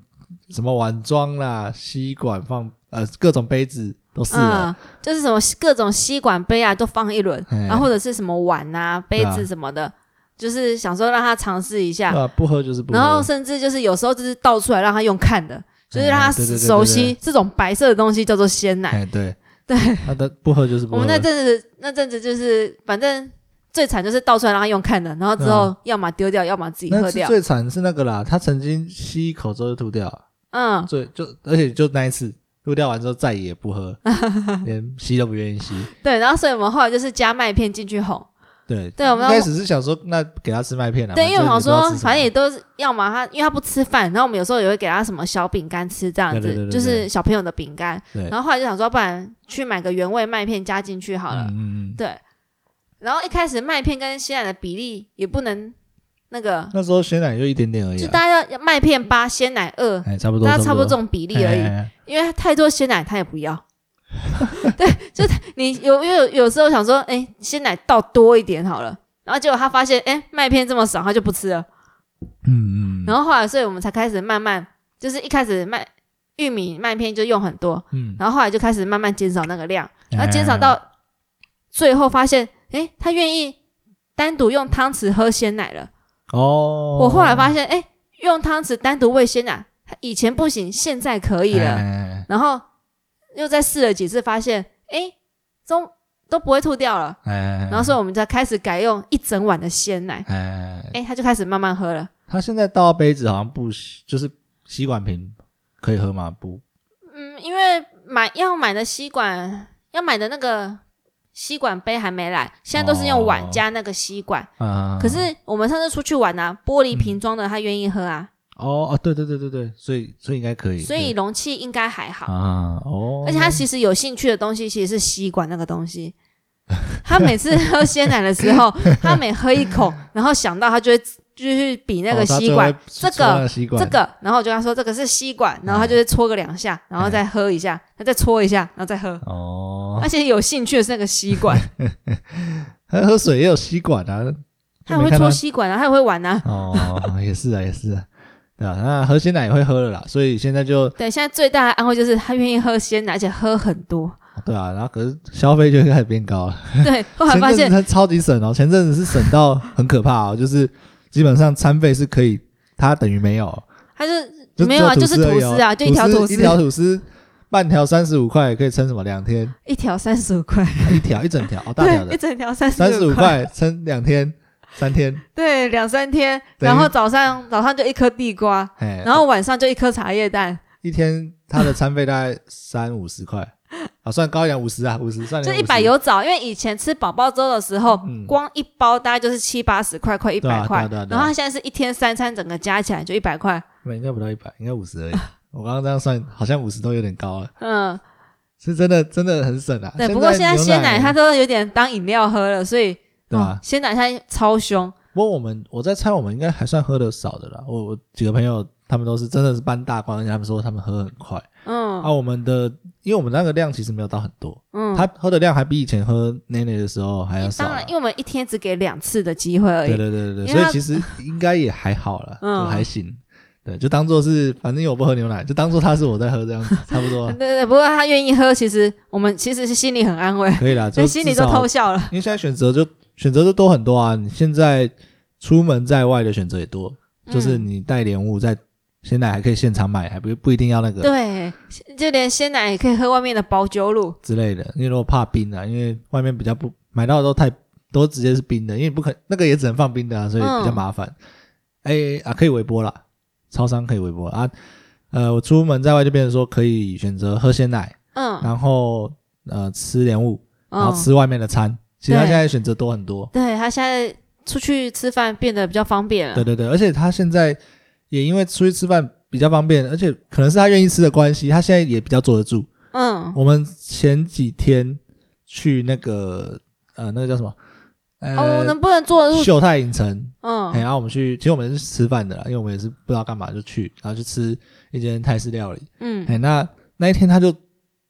Speaker 1: 什么碗装啦、吸管放呃各种杯子都试啊了。
Speaker 2: 嗯，就是什么各种吸管杯啊，都放一轮，
Speaker 1: 哎
Speaker 2: 然后或者是什么碗啊、杯
Speaker 1: 对
Speaker 2: 子
Speaker 1: 啊
Speaker 2: 什么的，就是想说让他尝试一下
Speaker 1: 对。吧？不喝就是不喝。
Speaker 2: 啊然后甚至就是有时候就是倒出来让他用看的，就是让他
Speaker 1: 哎对对对对对
Speaker 2: 熟悉这种白色的东西叫做鲜奶。
Speaker 1: 哎、对
Speaker 2: 对，
Speaker 1: 那的不喝就是不
Speaker 2: 我
Speaker 1: 喝。
Speaker 2: 们那阵子那阵子就是反正最惨就是倒出来让他用看的，然后之后要么丢掉，要么自己
Speaker 1: 嗯那
Speaker 2: 喝
Speaker 1: 次
Speaker 2: 掉。
Speaker 1: 最惨是那个啦，他曾经吸一口之后就吐掉了，
Speaker 2: 嗯，
Speaker 1: 最就而且就那一次吐掉完之后再也不 喝，连吸都不愿意吸。
Speaker 2: 对，然后所以我们后来就是加麦片进去哄。
Speaker 1: 对，
Speaker 2: 对我们
Speaker 1: 一开始是想说那给他吃麦片啊，
Speaker 2: 对，因为
Speaker 1: 反正也不
Speaker 2: 我想
Speaker 1: 知道
Speaker 2: 说，
Speaker 1: 吃什么
Speaker 2: 反正也都是要么他，因为他不吃饭，然后我们有时候也会给他什么小饼干吃，这样子
Speaker 1: 对对对对
Speaker 2: 就是小朋友的饼干。
Speaker 1: 对
Speaker 2: 然后后来就想说，不然去买个原味麦片加进去好了。
Speaker 1: 嗯嗯嗯，
Speaker 2: 对，然后一开始麦片跟鲜奶的比例也不能那个，
Speaker 1: 那时候鲜奶就一点点而已
Speaker 2: 就
Speaker 1: 啊，
Speaker 2: 大家要麦片八，鲜奶二，
Speaker 1: 哎，差不多，哎
Speaker 2: 大家差不多这
Speaker 1: 重
Speaker 2: 种比例而已。因为太多鲜奶他也 不要。对，就是你有因为有有时候想说，哎、鲜奶倒多一点好了，然后结果他发现，哎、麦片这么少，他就不吃了。
Speaker 1: 嗯嗯，
Speaker 2: 然后后来，所以我们才开始慢慢，就是一开始麦玉米麦片就用很多，
Speaker 1: 嗯，
Speaker 2: 然后后来就开始慢慢减少那个量，
Speaker 1: 哎
Speaker 2: 然后减少到最后发现，哎，他愿意单独用汤匙喝鲜奶了。
Speaker 1: 哦，
Speaker 2: 我后来发现，哎，用汤匙单独喂鲜奶，他以前不行，现在可以了。
Speaker 1: 哎
Speaker 2: 然后又再试了几次，发现，哎，都都不会吐掉了。
Speaker 1: 哎哎，
Speaker 2: 然后所以我们才开始改用一整碗的鲜奶，
Speaker 1: 哎哎，哎
Speaker 2: 哎，他就开始慢慢喝了。
Speaker 1: 他现在倒杯子好像不就是吸管瓶可以喝吗？不，
Speaker 2: 嗯，因为买要买的吸管，要买的那个吸管杯还没来，现在都是用碗
Speaker 1: 哦
Speaker 2: 加那个吸管。
Speaker 1: 啊，
Speaker 2: 可是我们上次出去玩啊，玻
Speaker 1: 嗯
Speaker 2: 璃瓶装的他愿意喝啊，
Speaker 1: 哦哦，对对对对对，所以所以应该可以，
Speaker 2: 所
Speaker 1: 对
Speaker 2: 以容器应该还好。
Speaker 1: 啊哦，
Speaker 2: 而且他其实有兴趣的东西其实是吸管那个东西。他每次喝鲜奶的时候，他每喝一口，然后想到他就会就去比那
Speaker 1: 哦
Speaker 2: 个
Speaker 1: 他
Speaker 2: 吸
Speaker 1: 最
Speaker 2: 管，
Speaker 1: 会
Speaker 2: 这
Speaker 1: 戳那
Speaker 2: 个
Speaker 1: 个吸管
Speaker 2: 这个，然后我就跟他说这个是吸管，然后他就会搓个两下，
Speaker 1: 嗯
Speaker 2: 然后再喝一下，他再搓一下，然后再喝。
Speaker 1: 哦，
Speaker 2: 而且有兴趣的是那个吸 管，
Speaker 1: 他喝水也有吸管啊，
Speaker 2: 他也会
Speaker 1: 没看
Speaker 2: 搓
Speaker 1: 到
Speaker 2: 吸管啊，他也会玩啊。
Speaker 1: 哦， 也是啊，也是啊，对啊，那喝鲜奶也会喝了啦，所以现在就
Speaker 2: 对，现在最大的安慰就是他愿意喝鲜奶，而且喝很 多。
Speaker 1: 对啊，然后可是消费就开始变高了。
Speaker 2: 对，后来
Speaker 1: 前
Speaker 2: 哦发
Speaker 1: 阵子
Speaker 2: 现
Speaker 1: 他超级省哦，前阵子是省到很可怕哦，就是基本上餐费是可以，它等于没有，哦
Speaker 2: 他是
Speaker 1: 就
Speaker 2: 没有啊，
Speaker 1: 只
Speaker 2: 就是吐
Speaker 1: 而已
Speaker 2: 司
Speaker 1: 哦
Speaker 2: 啊，就一条吐
Speaker 1: 吐
Speaker 2: 司，
Speaker 1: 一条吐司，半条三十五块可以撑什么两天？
Speaker 2: 一条三十五块，
Speaker 1: 一条一整条哦，大条
Speaker 2: 对，
Speaker 1: 的
Speaker 2: 一整条三
Speaker 1: 三十
Speaker 2: 五
Speaker 1: 五。块撑两天三天，
Speaker 2: 对，两三天，
Speaker 1: 等于
Speaker 2: 然后早上早上就一颗地瓜，
Speaker 1: 哎，
Speaker 2: 然后晚上就一颗茶叶蛋，
Speaker 1: 一天他的餐费大概三五十 块，啊，算高一点五十啊，五十算
Speaker 2: 就
Speaker 1: 点
Speaker 2: 一百
Speaker 1: 50
Speaker 2: 有找。因为以前吃宝宝粥的时候，
Speaker 1: 嗯
Speaker 2: 光一包大概就是七八十块，快一
Speaker 1: 对啊
Speaker 2: 百块。
Speaker 1: 对啊对啊对啊
Speaker 2: 然后他现在是一天三餐整个加起来就一百块，
Speaker 1: 没，应该不到一百，应该五十而已。我刚刚这样算，好像五十都有点高了，啊
Speaker 2: 嗯，
Speaker 1: 是真的，真的很省啊。
Speaker 2: 对。不过现在
Speaker 1: 牛
Speaker 2: 鲜奶
Speaker 1: 奶
Speaker 2: 它都有点当饮料喝了，所以
Speaker 1: 对
Speaker 2: 哦
Speaker 1: 吧？
Speaker 2: 鲜奶它超凶，
Speaker 1: 不过我们我在猜，我们应该还算喝的少的啦。我我几个朋友他们都是真的是搬大罐，而且他们说他们喝很快。
Speaker 2: 嗯、
Speaker 1: 啊，我们的因为我们那个量其实没有到很多，
Speaker 2: 嗯。
Speaker 1: 他喝的量还比以前喝奶奶的时候还要少
Speaker 2: 当
Speaker 1: 啊。
Speaker 2: 然，因为我们一天只给两次的机会而已
Speaker 1: 对。对对对对，
Speaker 2: 因为
Speaker 1: 所
Speaker 2: 他
Speaker 1: 以其实应该也还好啦，
Speaker 2: 嗯
Speaker 1: 就还行。对，就当做是，反正因为我不喝牛奶，就当做他是我在喝这样子， 差不多啊
Speaker 2: 对对对，不过他愿意喝，其实我们其实是心里很 安慰，
Speaker 1: 可以 啦。
Speaker 2: 所
Speaker 1: 就
Speaker 2: 以心里
Speaker 1: 至
Speaker 2: 都
Speaker 1: 少
Speaker 2: 偷笑了。
Speaker 1: 因为现在选择就选择就多很多啊，你现在出门在外的选择也多，就是
Speaker 2: 嗯
Speaker 1: 你带莲雾在现在还可以现场买，还不不一定要那个
Speaker 2: 对，就连鲜奶也可以喝外面的保酒乳。
Speaker 1: 之类的。因为如果怕冰啊，因为外面比较不买到的都太都直接是冰的，因为不可那个也只能放冰的啊，所以
Speaker 2: 嗯
Speaker 1: 比较麻烦。哎、啊，可以微波啦，超商可以微波啊。呃，我出门在外就变成说可以选择喝鲜奶，
Speaker 2: 嗯，
Speaker 1: 然后呃吃莲雾，然后
Speaker 2: 嗯
Speaker 1: 吃外面的餐。其实他
Speaker 2: 对
Speaker 1: 现在选择多很多。
Speaker 2: 对他现在出去吃饭变得比较方便
Speaker 1: 对
Speaker 2: 了。
Speaker 1: 对对，而且他现在也因为出去吃饭比较方便，而且可能是他愿意吃的关系，他现在也比较坐得住。
Speaker 2: 嗯，
Speaker 1: 我们前几天去那个呃，那个叫什么？
Speaker 2: 哦，
Speaker 1: 呃，
Speaker 2: 能不能坐得住？
Speaker 1: 秀泰影城，哎
Speaker 2: 嗯
Speaker 1: 然后我们去，其实我们是吃饭的啦，因为我们也是不知道干嘛就去，然后去吃一间泰式料理。
Speaker 2: 嗯，
Speaker 1: 哎，那那一天他就，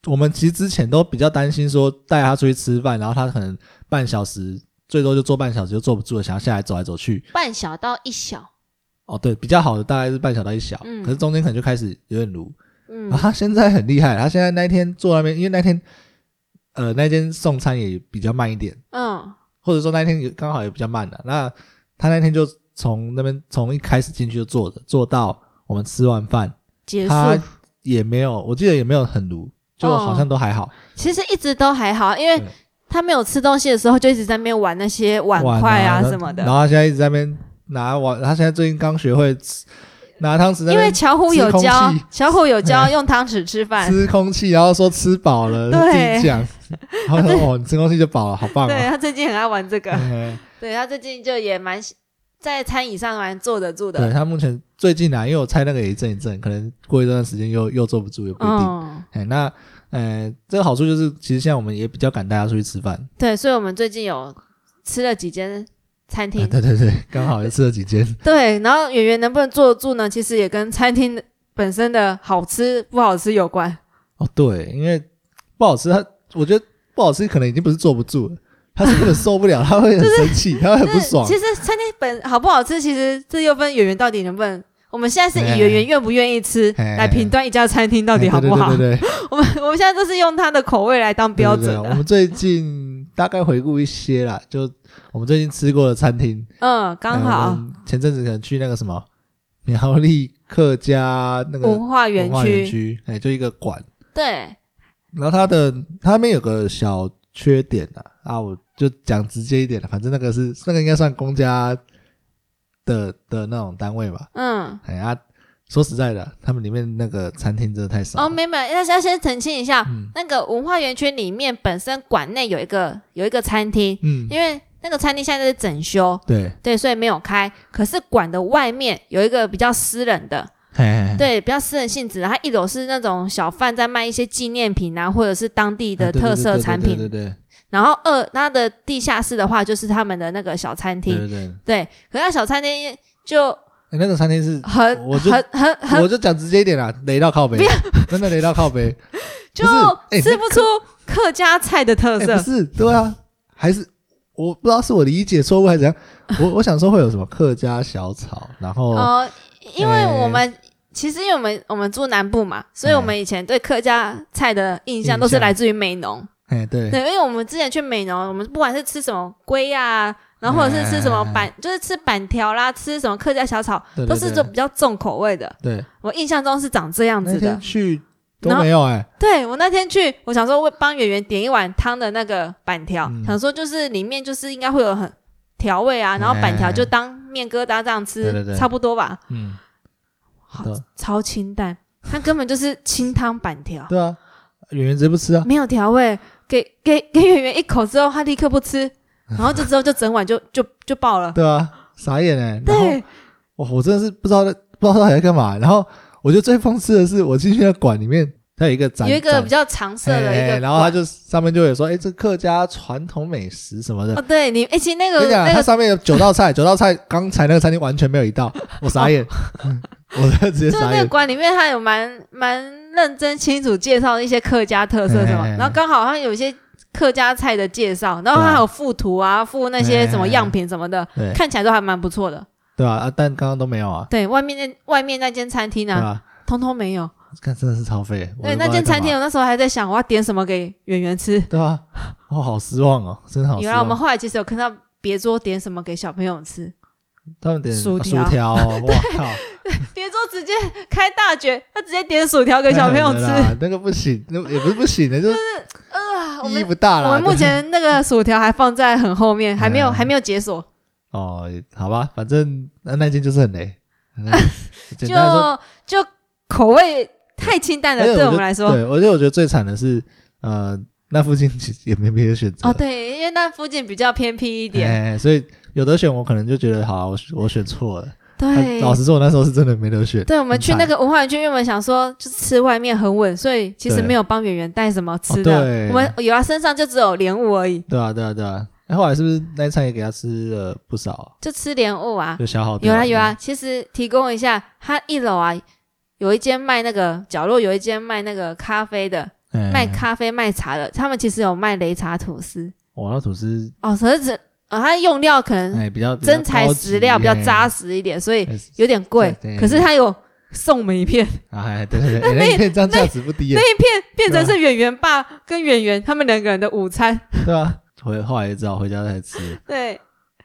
Speaker 1: 我们其实之前都比较担心说带他出去吃饭，然后他可能半小时最多就坐半小时就坐不住了，想要下来走来走去。
Speaker 2: 半小到一小。
Speaker 1: 哦，对，比较好的大概是半小到一小，
Speaker 2: 嗯
Speaker 1: 可是中间可能就开始有点卤。
Speaker 2: 嗯
Speaker 1: 啊然后他现在很厉害，他现在那一天坐那边，因为那天呃那间送餐也比较慢一点，
Speaker 2: 嗯
Speaker 1: 或者说那天也刚好也比较慢了、那他那天就从那边从一开始进去就坐着，坐到我们吃完饭，
Speaker 2: 结束。
Speaker 1: 他也没有，我记得也没有很卤，就好像都还好。
Speaker 2: 其实一直都还好，因为
Speaker 1: 对
Speaker 2: 他没有吃东西的时候，就一直在那边玩那些碗筷啊什么
Speaker 1: 然
Speaker 2: 的。
Speaker 1: 后他现在一直在那边拿碗，他现在最近刚学会吃拿汤匙在
Speaker 2: 因为
Speaker 1: 那边
Speaker 2: 巧虎有
Speaker 1: 吃空
Speaker 2: 教
Speaker 1: 气，
Speaker 2: 巧虎有教用汤匙吃饭，
Speaker 1: 吃空气，然后说吃饱了，
Speaker 2: 对
Speaker 1: 自己讲。然后说哦，你吃空气就饱了，好棒
Speaker 2: 对啊
Speaker 1: 哦。
Speaker 2: 他最近很爱玩这个，
Speaker 1: 嗯
Speaker 2: 对他最近就也蛮喜在餐椅上蛮坐得住
Speaker 1: 对
Speaker 2: 的，
Speaker 1: 他目前最近啊，因为我猜那个也一阵一阵，可能过一段时间又又坐不住，也不一定。
Speaker 2: 嗯，
Speaker 1: 哎，那呃，这个好处就是，其实现在我们也比较敢带他出去吃饭。
Speaker 2: 对，所以我们最近有吃了几间餐
Speaker 1: 啊
Speaker 2: 厅，
Speaker 1: 对对对， 刚好也吃了几间。
Speaker 2: 对，然后演员能不能坐得住呢？其实也跟餐厅本身的好吃不好吃有关。
Speaker 1: 哦，对，因为不好吃，他我觉得不好吃可能已经不是坐不住了，他是根本受不了，他会很生气，他会很不爽
Speaker 2: 其。实餐厅本好不好吃，其实这又分演员到底能不能。我们现在是以
Speaker 1: 哎
Speaker 2: 演员愿不愿意吃
Speaker 1: 哎
Speaker 2: 来评断一家餐厅到底
Speaker 1: 哎
Speaker 2: 好不好
Speaker 1: 对。对对对对，
Speaker 2: 我们我们现在都是用它的口味来当 标准
Speaker 1: 对对对我
Speaker 2: 的。
Speaker 1: 们最近大概回顾一些啦，就我们最近吃过的餐厅，
Speaker 2: 嗯，刚
Speaker 1: 呃我
Speaker 2: 好
Speaker 1: 们前阵子可能去那个什么苗栗客家那个
Speaker 2: 文化园
Speaker 1: 文化园
Speaker 2: 区
Speaker 1: 区，哎，就一个馆，
Speaker 2: 对，
Speaker 1: 然后它的它那边有个小缺点啊，啊，我就讲直接一点了，反正那个是那个应该算公家的的那种单位吧。
Speaker 2: 嗯。
Speaker 1: 哎呀、啊说实在的，他们里面那个餐厅真的太少了。
Speaker 2: 哦，没没，要要先澄清一下，
Speaker 1: 嗯
Speaker 2: 那个文化园区里面本身馆内有一个有一个餐厅，
Speaker 1: 嗯，
Speaker 2: 因为那个餐厅现在在整修，
Speaker 1: 对，
Speaker 2: 对，所以没有开。可是馆的外面有一个比较私人的，
Speaker 1: 嘿，
Speaker 2: 对，比较私人性质的。它一楼是那种小贩在卖一些纪念品啊，或者是当地的
Speaker 1: 对
Speaker 2: 特色产
Speaker 1: 对
Speaker 2: 品。
Speaker 1: 对
Speaker 2: 然后二，它的地下室的话就是他们的那个小餐
Speaker 1: 对对
Speaker 2: 厅，
Speaker 1: 对对。
Speaker 2: 对。可是它小餐厅就
Speaker 1: 哎那个餐厅 是，
Speaker 2: 很
Speaker 1: 我就
Speaker 2: 很很很
Speaker 1: 我就讲直接一点啦，雷到靠背，真的雷到靠背，
Speaker 2: 就
Speaker 1: 不是哎
Speaker 2: 吃不出客家菜的特
Speaker 1: 哎
Speaker 2: 色
Speaker 1: 不。是，对啊，还是我不知道是我理解错误还是怎 样，我我想说会有什么客家小炒，然后
Speaker 2: 哦，因为
Speaker 1: 哎哎
Speaker 2: 我们、其实因为我们我们住南部嘛，所以我们以前对客家菜的印象都是
Speaker 1: 印象
Speaker 2: 来自于美浓。
Speaker 1: 哎、对，
Speaker 2: 对，因为我们之前去美浓，我们不管是吃什么龟呀、然后或者是吃什么板，就是吃板条啦，吃什么客家小炒，
Speaker 1: 哎对对
Speaker 2: 都是
Speaker 1: 对
Speaker 2: 这比较重口味的。
Speaker 1: 对，
Speaker 2: 我印象中是长这样
Speaker 1: 那
Speaker 2: 子的
Speaker 1: 天。去都
Speaker 2: 然后
Speaker 1: 没有哎、
Speaker 2: 对我那天去，我想说为帮演员点一碗汤的那个板条，
Speaker 1: 嗯
Speaker 2: 想说就是里面就是应该会有很调味啊，然后板条就
Speaker 1: 哎
Speaker 2: 当面疙瘩这样吃，
Speaker 1: 对对对
Speaker 2: 差不多吧。
Speaker 1: 嗯，
Speaker 2: 好
Speaker 1: 对，
Speaker 2: 超清淡，它根本就是清汤板条，
Speaker 1: 对啊，演员直接不吃啊，
Speaker 2: 没有调味。给给给演员一口之后，他立刻不 吃，然后这之后就整碗就就就爆了。
Speaker 1: 对啊，傻眼哎、 然后
Speaker 2: 对，
Speaker 1: 我我真的是不知道在不知道他在干嘛。然后我觉得最讽刺的是，我进去那馆里面，它有一个展，
Speaker 2: 有一个
Speaker 1: 展
Speaker 2: 比较常设的一
Speaker 1: 哎
Speaker 2: 个
Speaker 1: 哎
Speaker 2: 馆，
Speaker 1: 然后它就上面就有说，哎，这客家传统美食什么的。
Speaker 2: 哦，对你，哎，其实那
Speaker 1: 跟
Speaker 2: 个
Speaker 1: 你讲，
Speaker 2: 那
Speaker 1: 它
Speaker 2: 个
Speaker 1: 上面有九道菜， 九道菜刚才那个餐厅完全没有一道，我傻眼， 我真的直接
Speaker 2: 哦就是
Speaker 1: 傻
Speaker 2: 那个
Speaker 1: 眼。
Speaker 2: 馆里面，它有蛮蛮认真清楚介绍一些客家特色什么
Speaker 1: 哎哎哎，
Speaker 2: 然后刚好它有一些客家菜的介绍，然后
Speaker 1: 对啊
Speaker 2: 它还有附图啊，附那
Speaker 1: 哎哎
Speaker 2: 些
Speaker 1: 哎
Speaker 2: 什么样品什么的，
Speaker 1: 对
Speaker 2: 看起来都还蛮不错的。
Speaker 1: 对啊，啊但刚刚都没有啊，
Speaker 2: 对外面那外面那间餐厅
Speaker 1: 对
Speaker 2: 啊，
Speaker 1: 吧？
Speaker 2: 通通没有。
Speaker 1: 看真的是超费。我
Speaker 2: 对，
Speaker 1: 都不知道
Speaker 2: 那间
Speaker 1: 在干
Speaker 2: 餐厅，
Speaker 1: 嘛，
Speaker 2: 我那时候还在想，我要点什么给圆圆吃。
Speaker 1: 对啊，我好失望哦，真的好失
Speaker 2: 原来我们
Speaker 1: 望。
Speaker 2: 后来其实有看到别桌点什么给小朋友吃，
Speaker 1: 他们点
Speaker 2: 薯
Speaker 1: 啊薯
Speaker 2: 条
Speaker 1: 条 哦，哇靠！
Speaker 2: 别桌直接开大绝，他直接点薯条给小朋 友吃。
Speaker 1: 太狠了啦，那个不行，那也不是不行的，就是
Speaker 2: 啊， 我
Speaker 1: 意义
Speaker 2: 们
Speaker 1: 不大啦。
Speaker 2: 我们目前那个薯条还放在很后面，还没有
Speaker 1: 嗯
Speaker 2: 还没有解锁，
Speaker 1: 哦，好吧，反正那那间就是很雷。 那简
Speaker 2: 就
Speaker 1: 单来说，
Speaker 2: 就口味太清淡了，
Speaker 1: 而且
Speaker 2: 对我
Speaker 1: 觉
Speaker 2: 们
Speaker 1: 得
Speaker 2: 来说。
Speaker 1: 对，而哎且我觉得最惨的是，呃，那附近其实也没别的选择
Speaker 2: 哦，对，因为那附近比较偏僻一点。
Speaker 1: 哎，所以有得选，我可能就觉得好啊，我我选错了。
Speaker 2: 对，
Speaker 1: 哎老实说，我那时候是真的没得选。
Speaker 2: 对，我们去
Speaker 1: 很
Speaker 2: 那
Speaker 1: 惨
Speaker 2: 个文化园区，因为我们想说就是吃外面很稳，所以其实
Speaker 1: 对
Speaker 2: 没有帮圆圆带什么吃
Speaker 1: 哦
Speaker 2: 的。
Speaker 1: 对
Speaker 2: 我们有啊，身上就只有莲雾而已，
Speaker 1: 对啊，对啊，对啊。哎，后来是不是那一餐也给他吃了不少，
Speaker 2: 就吃莲雾啊。
Speaker 1: 就消耗掉
Speaker 2: 有
Speaker 1: 了？
Speaker 2: 啊有啊，其实提供一下，它一楼啊有一间卖那个角落有一间卖那个咖啡的，
Speaker 1: 哎，
Speaker 2: 卖咖啡卖茶的，他们其实有卖擂茶吐司
Speaker 1: 哇，那吐司
Speaker 2: 哦，可是只哦它用料可能
Speaker 1: 哎比较
Speaker 2: 真材实料比较扎
Speaker 1: 实。
Speaker 2: 实一点，所以
Speaker 1: 哎
Speaker 2: 有点贵
Speaker 1: 对，对
Speaker 2: 可是它有送我们一片。
Speaker 1: 哎，对对对，哎那一片这样价值不低耶。
Speaker 2: 那一片变成
Speaker 1: 对啊
Speaker 2: 是演员爸跟演员他们两个人的午餐。
Speaker 1: 对啊，回后来也只好回家再吃，
Speaker 2: 对，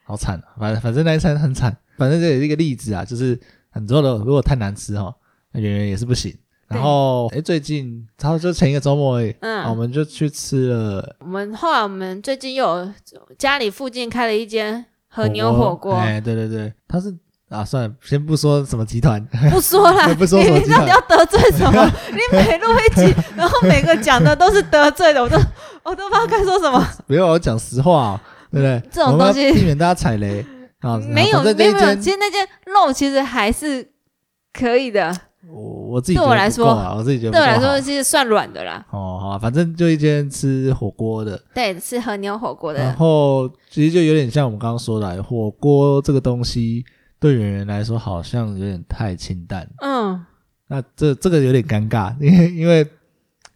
Speaker 1: 好惨、啊。反正反正那一餐很惨，反正这也是一个例子啊，就是很多的如果太难吃哈，那圆圆也是不行。然后哎，最近他就前一个周末而已，
Speaker 2: 嗯
Speaker 1: 啊我们就去吃了
Speaker 2: 我们后来我们最近又有家里附近开了一间和牛
Speaker 1: 火
Speaker 2: 火锅，
Speaker 1: 哎，对对对，他是啊，算了，先不说什么集团，
Speaker 2: 不说了，
Speaker 1: 也不说什么
Speaker 2: 你
Speaker 1: 集
Speaker 2: 到
Speaker 1: 团
Speaker 2: 底要得罪什 么？你每录一集，然后每个讲的都是得罪的，我都我都不知道该说什么。
Speaker 1: 不要我讲实话、哦，对不对？
Speaker 2: 这种
Speaker 1: 我们要
Speaker 2: 东西嗯
Speaker 1: 避免大家踩雷啊。
Speaker 2: 没有
Speaker 1: 反正
Speaker 2: 没有没
Speaker 1: 这
Speaker 2: 有，
Speaker 1: 一
Speaker 2: 其
Speaker 1: 间
Speaker 2: 实那间肉其实还是可以的，
Speaker 1: 我我自己
Speaker 2: 对我
Speaker 1: 觉得
Speaker 2: 来
Speaker 1: 不
Speaker 2: 说
Speaker 1: 够啊，我自己觉得
Speaker 2: 对我来
Speaker 1: 不够好
Speaker 2: 说是算软的啦。
Speaker 1: 哦，好啊、反正就一间吃火锅的，
Speaker 2: 对，吃和牛火锅
Speaker 1: 然
Speaker 2: 的，
Speaker 1: 后其实就有点像我们刚刚说的啊，火锅这个东西对演员来说好像有点太清淡，
Speaker 2: 嗯，
Speaker 1: 那这这个有点尴尬，因为因为、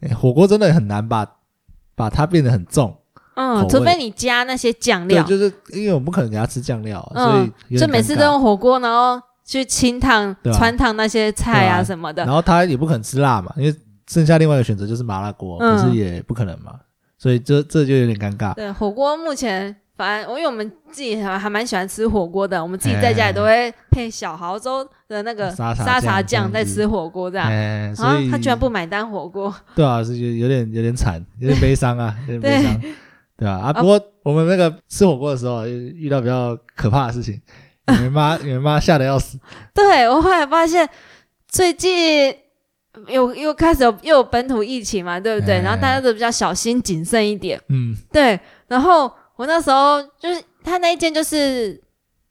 Speaker 1: 哎火锅真的很难把把它变得很重，口
Speaker 2: 嗯，
Speaker 1: 味
Speaker 2: 除非你加那些酱
Speaker 1: 对，
Speaker 2: 料，
Speaker 1: 就是因为我们不可能给他吃酱料啊，
Speaker 2: 嗯
Speaker 1: 所以有点
Speaker 2: 就每次
Speaker 1: 尴尬
Speaker 2: 都用火锅，然后去清烫
Speaker 1: 对、啊
Speaker 2: 川烫那些菜
Speaker 1: 对
Speaker 2: 啊
Speaker 1: 啊
Speaker 2: 什么的。
Speaker 1: 然后他也不可能吃辣嘛，因为剩下另外一个选择就是麻辣锅，
Speaker 2: 嗯
Speaker 1: 可是也不可能嘛，所以这这就有点尴 尬。
Speaker 2: 对，火锅目前反正我因为我们自己还还蛮喜欢吃火锅的，我们自己在家里都会配小蚝粥的那个
Speaker 1: 嗯沙茶
Speaker 2: 沙茶
Speaker 1: 酱
Speaker 2: 酱在吃火锅这样。
Speaker 1: 哎、
Speaker 2: 啊然后
Speaker 1: 所以、
Speaker 2: 他居然不买单火锅，
Speaker 1: 对啊，是有有点有点惨，有点悲伤啊，有点悲 伤，对啊，啊，
Speaker 2: 啊
Speaker 1: 不过我们那个吃火锅的时候遇到比较可怕的事情，你们 妈你们妈吓得要死，
Speaker 2: 对我后来发现最近有又开始有又有本土疫情嘛，对不对？
Speaker 1: 哎
Speaker 2: 然后大家都比较小心谨慎一点，
Speaker 1: 嗯，
Speaker 2: 对。然后我那时候就是他那一间就是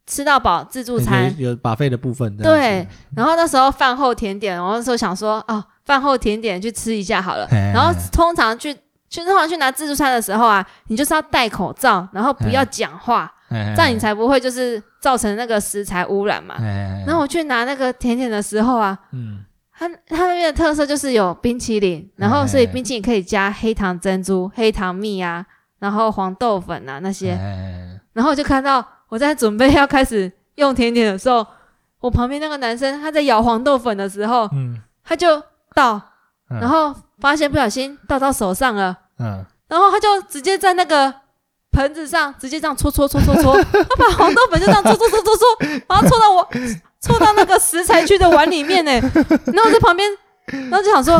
Speaker 2: 吃到饱自助餐，
Speaker 1: 有有把费的部分，
Speaker 2: 对，然后那时候饭后甜点，我那时候想说，哦，饭后甜点去吃一下好了。
Speaker 1: 嘿
Speaker 2: 然后通常去去通常去拿自助餐的时候啊，你就是要戴口罩，然后不要讲话，
Speaker 1: 这
Speaker 2: 这样你，才不会就是造成那个食材污染嘛。
Speaker 1: 哎，
Speaker 2: 然后我去拿那个甜点的时候啊，
Speaker 1: 嗯，
Speaker 2: 它它那边的特色就是有冰淇淋，然后所以冰淇淋可以加黑糖珍珠、黑糖蜜啊，然后黄豆粉啊那些。
Speaker 1: 哎
Speaker 2: 然后我就看到我在准备要开始用甜点的时候，我旁边那个男生他在咬黄豆粉的时候，
Speaker 1: 嗯，
Speaker 2: 他就倒，
Speaker 1: 嗯
Speaker 2: 然后发现不小心倒到手上了，
Speaker 1: 嗯，
Speaker 2: 然后他就直接在那个盆子上直接这样搓搓搓搓搓，他把黄豆粉就这样搓搓搓搓搓，然后搓到我搓到那个食材区的碗里面呢，然后我在旁边，然后就想说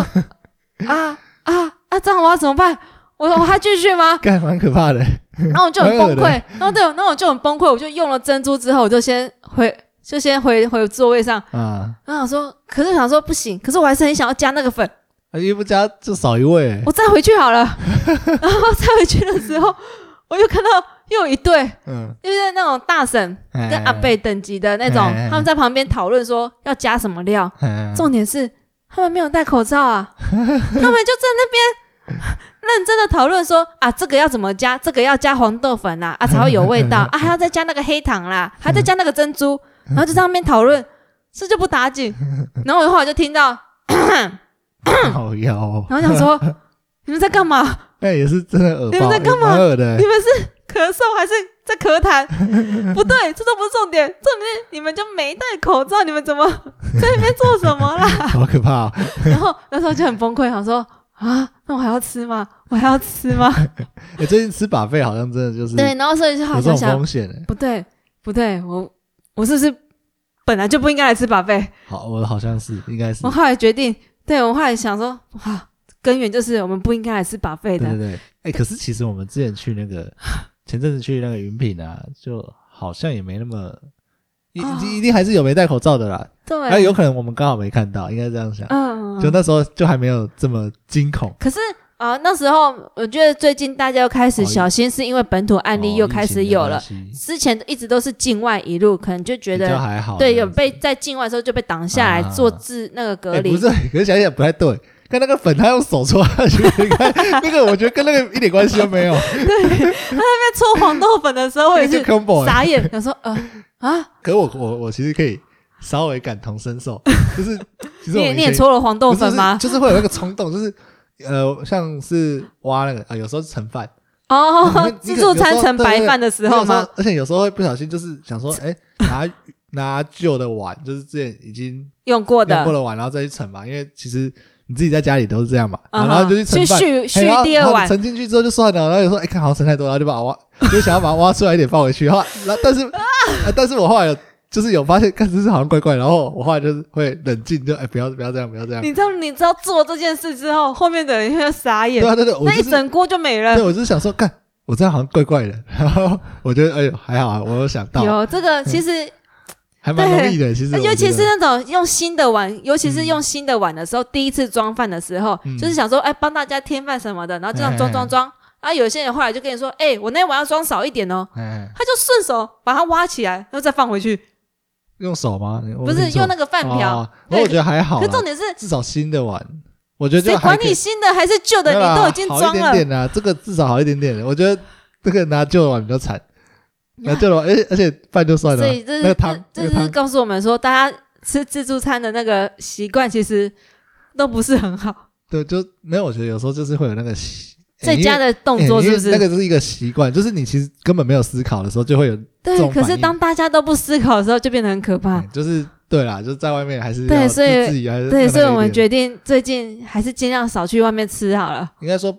Speaker 2: 啊啊啊，这样我要怎么办？我我还继续吗？
Speaker 1: 干蛮可怕的，
Speaker 2: 然后我就很崩
Speaker 1: 蛮
Speaker 2: 溃，然后对，然后我就很崩溃，我就用了珍珠之后，我就先回，就先回回座位上，
Speaker 1: 啊，
Speaker 2: 然后想说，可是想说不行，可是我还是很想要加那个粉，
Speaker 1: 因啊为不加就少一位，
Speaker 2: 我再回去好了。 然后再回去的时候，我就看到又有一对，
Speaker 1: 嗯，
Speaker 2: 就是那种大婶跟阿贝等级的那种
Speaker 1: 哎哎哎，
Speaker 2: 他们在旁边讨论说要加什么料，
Speaker 1: 哎，
Speaker 2: 重点是他们没有戴口罩啊，他们就在那边认真的讨论说啊，这个要怎么加，这个要加黄豆粉啦、啊，才会有味道啊，还要再加那个黑糖啦，还要再加那个珍珠，然后就在那边讨论，这就不打紧。然后我后来就听到，
Speaker 1: 好妖 哦，
Speaker 2: 然后想说你们在干嘛？
Speaker 1: 那哎也是真的恶爆，
Speaker 2: 你们在干嘛
Speaker 1: 蛮恶的
Speaker 2: 你，们是咳嗽还是在咳痰？不对，这都不是重点，重点是你们就没戴口罩，你们怎么在那边做什么啦？
Speaker 1: 好可怕哦，
Speaker 2: 然后那时候就很崩溃，想说啊，那我还要吃吗？我还要吃吗？
Speaker 1: 哎，最近吃把费好像真的就是
Speaker 2: 对，然后所以就
Speaker 1: 有
Speaker 2: 好
Speaker 1: 这
Speaker 2: 像
Speaker 1: 种
Speaker 2: 想，
Speaker 1: 风险欸
Speaker 2: 不对，不对，我我是不是本来就不应该来吃把费？
Speaker 1: 好，我好像是，应该是
Speaker 2: 我，后来决定，对我后来想说，哇，根源就是我们不应该来吃把费
Speaker 1: 对
Speaker 2: 的
Speaker 1: 对。对。哎、可是其实我们之前去那个，前阵子去那个云品啊，就好像也没那么，一、
Speaker 2: 哦
Speaker 1: 一定还是有没戴口罩的啦。
Speaker 2: 对，
Speaker 1: 那、有可能我们刚好没看到，应该这样想。
Speaker 2: 嗯，
Speaker 1: 就那时候就还没有这么惊恐，
Speaker 2: 可是啊、那时候我觉得最近大家又开始
Speaker 1: 哦
Speaker 2: 小心，是因为本土案例又开始有了。
Speaker 1: 哦，疫情的关系
Speaker 2: 之前一直都是境外一路，可能就觉
Speaker 1: 比较
Speaker 2: 得
Speaker 1: 还好。
Speaker 2: 对
Speaker 1: 这
Speaker 2: 有
Speaker 1: 样子
Speaker 2: 被在境外的时候就被挡下来
Speaker 1: 啊
Speaker 2: 做自那个隔
Speaker 1: 哎
Speaker 2: 离
Speaker 1: 不。是，可是想想不太对。看那个粉，他用手搓下去，你看那个，我觉得跟那个一点关系都 没有，
Speaker 2: 在搓黄豆粉的时候，我
Speaker 1: 那
Speaker 2: 也
Speaker 1: 个就是 combo 欸
Speaker 2: 傻眼，想说呃啊，
Speaker 1: 可我我我其实可以稍微感同身受，就是其实
Speaker 2: 你
Speaker 1: 我
Speaker 2: 也
Speaker 1: 以
Speaker 2: 你也
Speaker 1: 前
Speaker 2: 搓了黄豆
Speaker 1: 不是
Speaker 2: 粉吗？
Speaker 1: 就是就是会有那个冲动，就是呃，像是挖那个啊、有时候是盛饭，
Speaker 2: 哦
Speaker 1: 你看，
Speaker 2: 自助餐盛白饭的时候
Speaker 1: 有时
Speaker 2: 吗？
Speaker 1: 候而且有时候会不小心就是想说，哎、拿拿旧的碗，就是之前已经
Speaker 2: 用过
Speaker 1: 用
Speaker 2: 的
Speaker 1: 过，的碗，然后再去盛嘛，因为其实你自己在家里都是这样嘛，
Speaker 2: 嗯哼
Speaker 1: 然后就去盛
Speaker 2: 去
Speaker 1: 饭。
Speaker 2: 续
Speaker 1: 哎
Speaker 2: 续
Speaker 1: 然后
Speaker 2: 第二
Speaker 1: 然后
Speaker 2: 碗
Speaker 1: 你，盛进去之后就算了，然后有时候哎、 看好像盛太多，然后就把它挖，就想要把它挖出来一点放回去，然后然后但是、呃但是我后来有就是有发现，看这是好像怪怪，然后我后来就是会冷静，就哎、不要不要这样，不要这样。
Speaker 2: 你知道你知道做这件事之后，后面的人会傻眼
Speaker 1: 对，啊对对，我
Speaker 2: 那
Speaker 1: 就
Speaker 2: 一
Speaker 1: 是
Speaker 2: 整锅就没了
Speaker 1: 对，。我就是想说，干，我这样好像怪怪的。 然后我觉得，哎呦，还好啊，我有想到，
Speaker 2: 有这个，其实
Speaker 1: 还蛮容易的。其实
Speaker 2: 那
Speaker 1: 我觉得，
Speaker 2: 尤其是那种用新的碗，尤其是用新的碗的时候，第一次装饭的时候，
Speaker 1: 嗯
Speaker 2: 就是想说，哎，帮大家添饭什么的，然后这样装
Speaker 1: 哎
Speaker 2: 装装。啊，有些人后来就跟你说，哎，我那碗要装少一点哦，
Speaker 1: 哎，
Speaker 2: 他就顺手把它挖起来，然后再放回去，
Speaker 1: 用手吗？
Speaker 2: 不是用那个饭瓢
Speaker 1: 哦。那我
Speaker 2: 对
Speaker 1: 觉得还好
Speaker 2: 可
Speaker 1: 啦，
Speaker 2: 重点是，
Speaker 1: 至少新的碗，我觉得
Speaker 2: 谁
Speaker 1: 就还
Speaker 2: 管
Speaker 1: 可以
Speaker 2: 你新的还是旧的，
Speaker 1: 没有啦
Speaker 2: 你都已经
Speaker 1: 好
Speaker 2: 装
Speaker 1: 一
Speaker 2: 了
Speaker 1: 点。点啦、这个至少好一点点。我觉得这个拿旧的碗比较惨，拿旧的碗，而且而且饭就算了
Speaker 2: 所，以这是
Speaker 1: 那个汤，
Speaker 2: 这
Speaker 1: 那个
Speaker 2: 这是
Speaker 1: 汤
Speaker 2: 告诉我们说，大家吃自助餐的那个习惯其实都不是很好。
Speaker 1: 对，就没有。我觉得有时候就是会有那个习
Speaker 2: 在家的动
Speaker 1: 哎因为
Speaker 2: 作
Speaker 1: 哎因
Speaker 2: 是
Speaker 1: 为
Speaker 2: 不是？
Speaker 1: 那个就是一个习惯，就是你其实根本没有思考的时候，就会有这
Speaker 2: 对，
Speaker 1: 种
Speaker 2: 可是
Speaker 1: 反应
Speaker 2: 当大家都不思考的时候，就变得很可怕。
Speaker 1: 嗯就是对啦，就是在外面还是
Speaker 2: 啊对
Speaker 1: 要
Speaker 2: 所以
Speaker 1: 自己还是
Speaker 2: 对，所以我们
Speaker 1: 得
Speaker 2: 决定最近还是尽量少去外面吃好了。
Speaker 1: 应该说，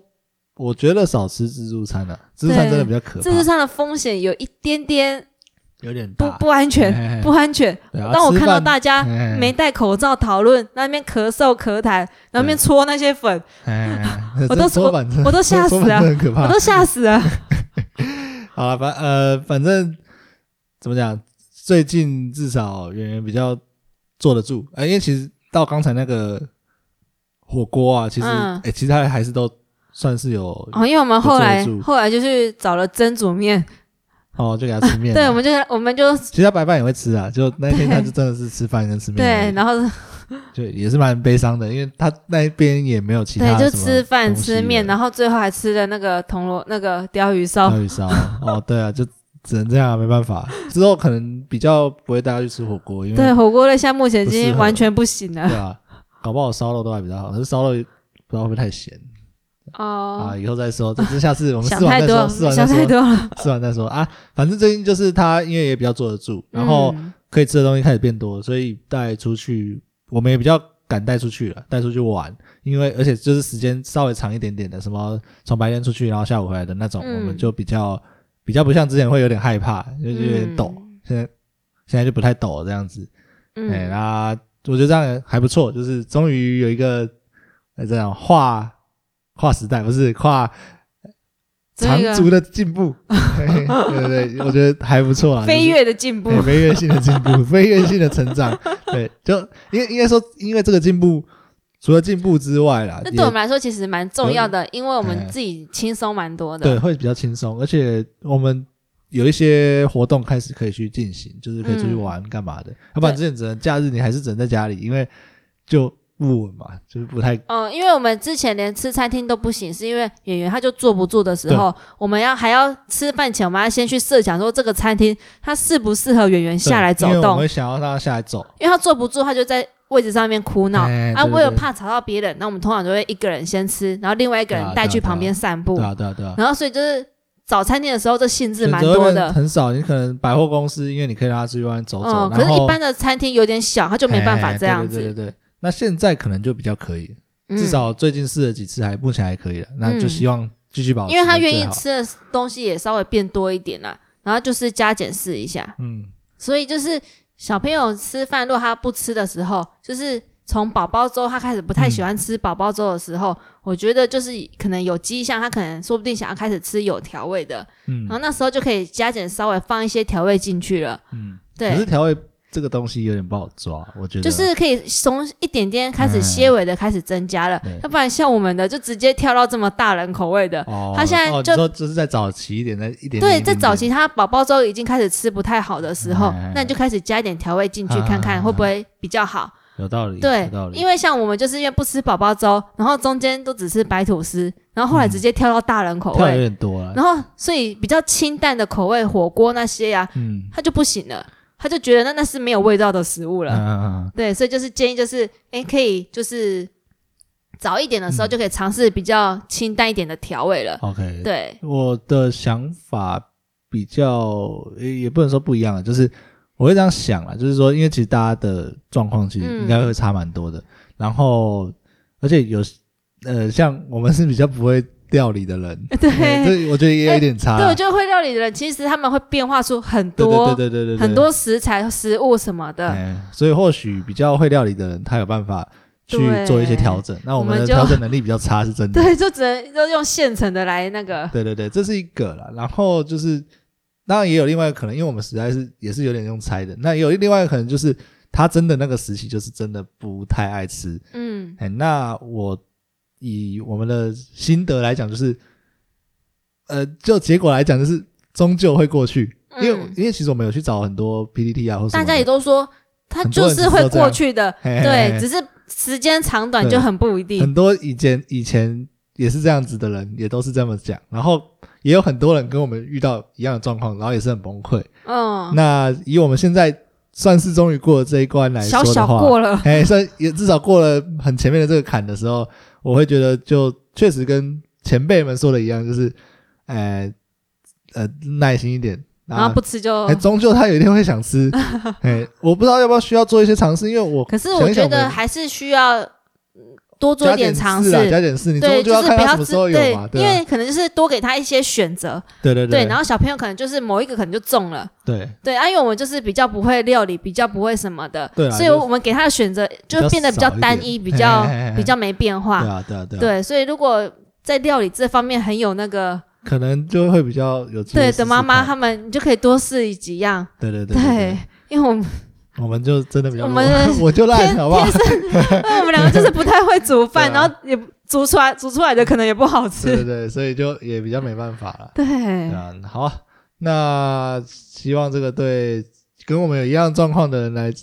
Speaker 1: 我觉得少吃自助餐了，自助餐真的比较可
Speaker 2: 自助
Speaker 1: 怕，
Speaker 2: 餐的风险有一点点
Speaker 1: 有点
Speaker 2: 不
Speaker 1: 大。
Speaker 2: 不安全，
Speaker 1: 全
Speaker 2: 不，安全。
Speaker 1: 对啊
Speaker 2: 当我
Speaker 1: 吃
Speaker 2: 看到
Speaker 1: 饭
Speaker 2: 大家
Speaker 1: 哎
Speaker 2: 没戴口罩讨论，那边咳嗽咳痰，然后那边
Speaker 1: 对
Speaker 2: 搓那些粉，
Speaker 1: 哎
Speaker 2: 我
Speaker 1: 这
Speaker 2: 都
Speaker 1: 说反正
Speaker 2: 我都吓死
Speaker 1: 说反
Speaker 2: 了
Speaker 1: 正，很可怕
Speaker 2: 我都。吓死 了。
Speaker 1: 好了，反呃，反正怎么讲，最近至少演员比较坐得住，呃，因为其实到刚才那个火锅啊，其实
Speaker 2: 嗯
Speaker 1: 哎，其实他还是都算是有
Speaker 2: 哦，因为我们后来
Speaker 1: 不坐得住
Speaker 2: 后来就去找了蒸煮面，
Speaker 1: 哦，就给他吃面啊。
Speaker 2: 对，我们就我们就
Speaker 1: 其实他白饭也会吃啊，就那天他就真的是吃饭跟吃面而
Speaker 2: 对，
Speaker 1: 已，
Speaker 2: 然后
Speaker 1: 就也是蛮悲伤的，因为他那边也没有其他
Speaker 2: 对就
Speaker 1: 什么
Speaker 2: 吃饭
Speaker 1: 东西啊
Speaker 2: 吃面，
Speaker 1: 了
Speaker 2: 然后最后还吃了那个铜锣那个鲷鱼烧
Speaker 1: 烧。鱼烧哦，对啊，就只能这样啊，没办法。之后可能比较不会带他去吃火锅，因为
Speaker 2: 对，火锅类现在目前已
Speaker 1: 不适
Speaker 2: 经
Speaker 1: 合
Speaker 2: 完全不行 了
Speaker 1: 对。啊，搞不好烧肉都还比较好，可是烧肉不知道会不会太咸
Speaker 2: 哦
Speaker 1: 啊，，以后再说，这这下次我们
Speaker 2: 想
Speaker 1: 试完
Speaker 2: 太
Speaker 1: 再
Speaker 2: 多，
Speaker 1: 说，试完
Speaker 2: 想
Speaker 1: 再
Speaker 2: 太
Speaker 1: 说，
Speaker 2: 多了。
Speaker 1: 试完再说啊。反正最近就是他因为也比较坐得住， 然后
Speaker 2: 嗯
Speaker 1: 可以吃的东西开始变多，所以带出去我们也比较敢带出去了，带出去玩，因为而且就是时间稍微长一点点的，什么从白天出去然后下午回来的那种，
Speaker 2: 嗯
Speaker 1: 我们就比较比较不像之前会有点害怕，就就有
Speaker 2: 嗯
Speaker 1: 点抖，现在现在就不太抖这样子，哎、
Speaker 2: 嗯，
Speaker 1: 那我觉得这样还不错，就是终于有一个呃这样跨跨时代，不是跨。
Speaker 2: 这个
Speaker 1: 长足的进步， 嘿嘿对对对，我觉得还不错啊。就是
Speaker 2: 飞跃的进步
Speaker 1: 对，，飞跃性的进步，飞跃性的成长。 对，就因为应该说，因为这个进步，除了进步之外啦，
Speaker 2: 这
Speaker 1: 也
Speaker 2: 对我们来说其实蛮重要的，因为我
Speaker 1: 哎
Speaker 2: 们自己轻松蛮多的。
Speaker 1: 对会比较轻松，而且我们有一些活动开始可以去进行，就是可以出去
Speaker 2: 嗯
Speaker 1: 玩干嘛的。要不然之前只能假日，你还是只能在家里，因为就不稳嘛，就是不太
Speaker 2: 嗯，因为我们之前连吃餐厅都不行，是因为演员他就坐不住的时候，我们要还要吃饭前，我们要先去设想说这个餐厅它适不适合演员下来走
Speaker 1: 对因为我
Speaker 2: 动，
Speaker 1: 们
Speaker 2: 因为
Speaker 1: 会想要让他下来走。
Speaker 2: 他坐不住，他就在位置上面哭闹。
Speaker 1: 哎
Speaker 2: 啊，
Speaker 1: 对对
Speaker 2: 为了
Speaker 1: 对
Speaker 2: 怕吵到别人，那我们通常都会一个人先吃，然后另外一个
Speaker 1: 对啊
Speaker 2: 人带
Speaker 1: 对啊
Speaker 2: 去
Speaker 1: 对啊
Speaker 2: 旁边散步。
Speaker 1: 对啊，对啊，对啊。
Speaker 2: 然后所以就是早餐店的时候，这性质
Speaker 1: 选
Speaker 2: 蛮
Speaker 1: 择
Speaker 2: 多
Speaker 1: 会
Speaker 2: 的。
Speaker 1: 很少，你可能百货公司，因为你可以让他出去外面走走。
Speaker 2: 嗯，
Speaker 1: 然
Speaker 2: 可是一
Speaker 1: 后
Speaker 2: 般的餐厅有点小，他就没办法
Speaker 1: 哎
Speaker 2: 这样
Speaker 1: 对对
Speaker 2: 子。
Speaker 1: 对对对，那现在可能就比较可以，
Speaker 2: 嗯
Speaker 1: 至少最近试了几次还目前还可以了，那就希望继续保持，
Speaker 2: 因为他愿意
Speaker 1: 最好。
Speaker 2: 吃的东西也稍微变多一点啦，然后就是加减试一下。
Speaker 1: 嗯，
Speaker 2: 所以就是小朋友吃饭，如果他不吃的时候，就是从宝宝粥他开始不太喜欢吃宝宝粥的时候，
Speaker 1: 嗯
Speaker 2: 我觉得就是可能有迹象，他可能说不定想要开始吃有调味的，
Speaker 1: 嗯
Speaker 2: 然后那时候就可以加减稍微放一些调味进去了。
Speaker 1: 嗯，可是
Speaker 2: 对，
Speaker 1: 调味这个东西有点不好抓，我觉得
Speaker 2: 就是可以从一点点开始，
Speaker 1: 嗯
Speaker 2: 些微的开始增加了，
Speaker 1: 对
Speaker 2: 要不然像我们的就直接跳到这么大人口味的，
Speaker 1: 哎哦，
Speaker 2: 他现在
Speaker 1: 哦你
Speaker 2: 就
Speaker 1: 说就是在早期一点，在一点
Speaker 2: 对，在早期他宝宝粥已经开始吃不太好的时候，
Speaker 1: 哎
Speaker 2: 那你就开始加一点调味进去
Speaker 1: 啊
Speaker 2: 看看
Speaker 1: 啊
Speaker 2: 会不会比较好。
Speaker 1: 有道理，
Speaker 2: 对
Speaker 1: 有道，理，
Speaker 2: 因为像我们就是因为不吃宝宝粥，然后中间都只吃白吐司，然后后来直接跳到大人口
Speaker 1: 跳有
Speaker 2: 味，
Speaker 1: 点多了，
Speaker 2: 然后所以比较清淡的口味火锅那些呀、
Speaker 1: 嗯，
Speaker 2: 他就不行了，他就觉得那那是没有味道的食物
Speaker 1: 嗯
Speaker 2: 了。
Speaker 1: 嗯嗯
Speaker 2: 对，所以就是建议就是，诶，可以就是早一点的时
Speaker 1: 嗯
Speaker 2: 候就可以尝试比较清淡一点的调味了。
Speaker 1: ，OK，
Speaker 2: 对，
Speaker 1: 我的想法比较也也不能说不一样了，就是我会这样想啦，就是说，因为其实大家的状况其实
Speaker 2: 嗯
Speaker 1: 应该会差蛮多的，然后而且有呃，像我们是比较不会料理的人，
Speaker 2: 对
Speaker 1: 这我觉得也有一点差。
Speaker 2: 对，就会料理的人，其实他们会变化出很
Speaker 1: 啊对
Speaker 2: 多
Speaker 1: 对对对对对，
Speaker 2: 很多食材、食物什么的。
Speaker 1: 哎，所以或许比较会料理的人，他有办法去
Speaker 2: 对
Speaker 1: 做一些调整。那我
Speaker 2: 我
Speaker 1: 们的
Speaker 2: 们就
Speaker 1: 调整能力比较差，是真的。
Speaker 2: 对，就只能就用现成的来那个。
Speaker 1: 对对对，这是一个啦。然后就是，当然也有另外一个可能，因为我们实在是也是有点用猜的。那也有另外一个可能就是，他真的那个时期就是真的不太爱吃。
Speaker 2: 嗯，
Speaker 1: 哎，那我以我们的心得来讲，就是，呃，就结果来讲，就是终究会过去。因为、
Speaker 2: 嗯
Speaker 1: 因为其实我们有去找很多 PPT 啊，或什么
Speaker 2: 大
Speaker 1: 的
Speaker 2: 家也都说它
Speaker 1: 很多
Speaker 2: 就
Speaker 1: 人
Speaker 2: 是会
Speaker 1: 都这样
Speaker 2: 过去的，
Speaker 1: 嘿嘿嘿
Speaker 2: 对
Speaker 1: 嘿，
Speaker 2: 只是时间长短
Speaker 1: 对
Speaker 2: 就很不一定。
Speaker 1: 很多以前以前也是这样子的人，也都是这么讲。然后也有很多人跟我们遇到一样的状况，然后也是很崩溃。
Speaker 2: 嗯，
Speaker 1: 那以我们现在算是终于过了这一关来说的
Speaker 2: 小
Speaker 1: 话，
Speaker 2: 小过了，
Speaker 1: 哎，算也至少过了很前面的这个坎的时候，我会觉得就确实跟前辈们说的一样，就是，呃呃，耐心一点，
Speaker 2: 然啊后不吃就
Speaker 1: 哎，。终究他有一天会想 吃。哎，我不知道要不要需要做一些尝试，因为我
Speaker 2: 可是
Speaker 1: 想
Speaker 2: 我
Speaker 1: 一想
Speaker 2: 觉
Speaker 1: 我
Speaker 2: 得
Speaker 1: 们
Speaker 2: 还是需要嗯多做
Speaker 1: 加
Speaker 2: 一点
Speaker 1: 点
Speaker 2: 尝
Speaker 1: 事
Speaker 2: 试
Speaker 1: 啦，。加点事，你终
Speaker 2: 对，
Speaker 1: 究
Speaker 2: 就
Speaker 1: 要
Speaker 2: 是
Speaker 1: 看
Speaker 2: 不
Speaker 1: 他
Speaker 2: 要
Speaker 1: 什么
Speaker 2: 自
Speaker 1: 时候有嘛，对
Speaker 2: 对，因
Speaker 1: 啊
Speaker 2: 为可能就是多给他一些选择，
Speaker 1: 对对
Speaker 2: 对，
Speaker 1: 对，
Speaker 2: 然后小朋友可能就是某一个可能就中了，
Speaker 1: 对
Speaker 2: 对，啊，因为我们就是比较不会料理，比较不会什么的，
Speaker 1: 对啦
Speaker 2: 所以
Speaker 1: 就是
Speaker 2: 我们给他的选择就
Speaker 1: 较
Speaker 2: 变得比
Speaker 1: 少
Speaker 2: 较
Speaker 1: 一
Speaker 2: 单
Speaker 1: 点
Speaker 2: 一，比
Speaker 1: 嘿
Speaker 2: 较
Speaker 1: 嘿嘿嘿
Speaker 2: 比较没变化，
Speaker 1: 对啊对啊对啊，
Speaker 2: 对，所以如果在料理这方面很有那个
Speaker 1: 可能就会比较有机会
Speaker 2: 对
Speaker 1: 试试
Speaker 2: 的妈妈，
Speaker 1: 看，
Speaker 2: 他们你就可以多试一几样，
Speaker 1: 对对对
Speaker 2: 对，
Speaker 1: 对，
Speaker 2: 因为我们
Speaker 1: 我们就真的比较弱，
Speaker 2: 我们
Speaker 1: 我就烂
Speaker 2: 天
Speaker 1: 好不好
Speaker 2: 天？因为我们两个就是不太会煮饭，
Speaker 1: 对啊
Speaker 2: 然后也煮出来煮出来的可能也不好
Speaker 1: 对对
Speaker 2: 吃，
Speaker 1: 对，所以就也比较没办法了。
Speaker 2: 对，
Speaker 1: 对啊，好啊，那希望这个对跟我们有一样状况的人来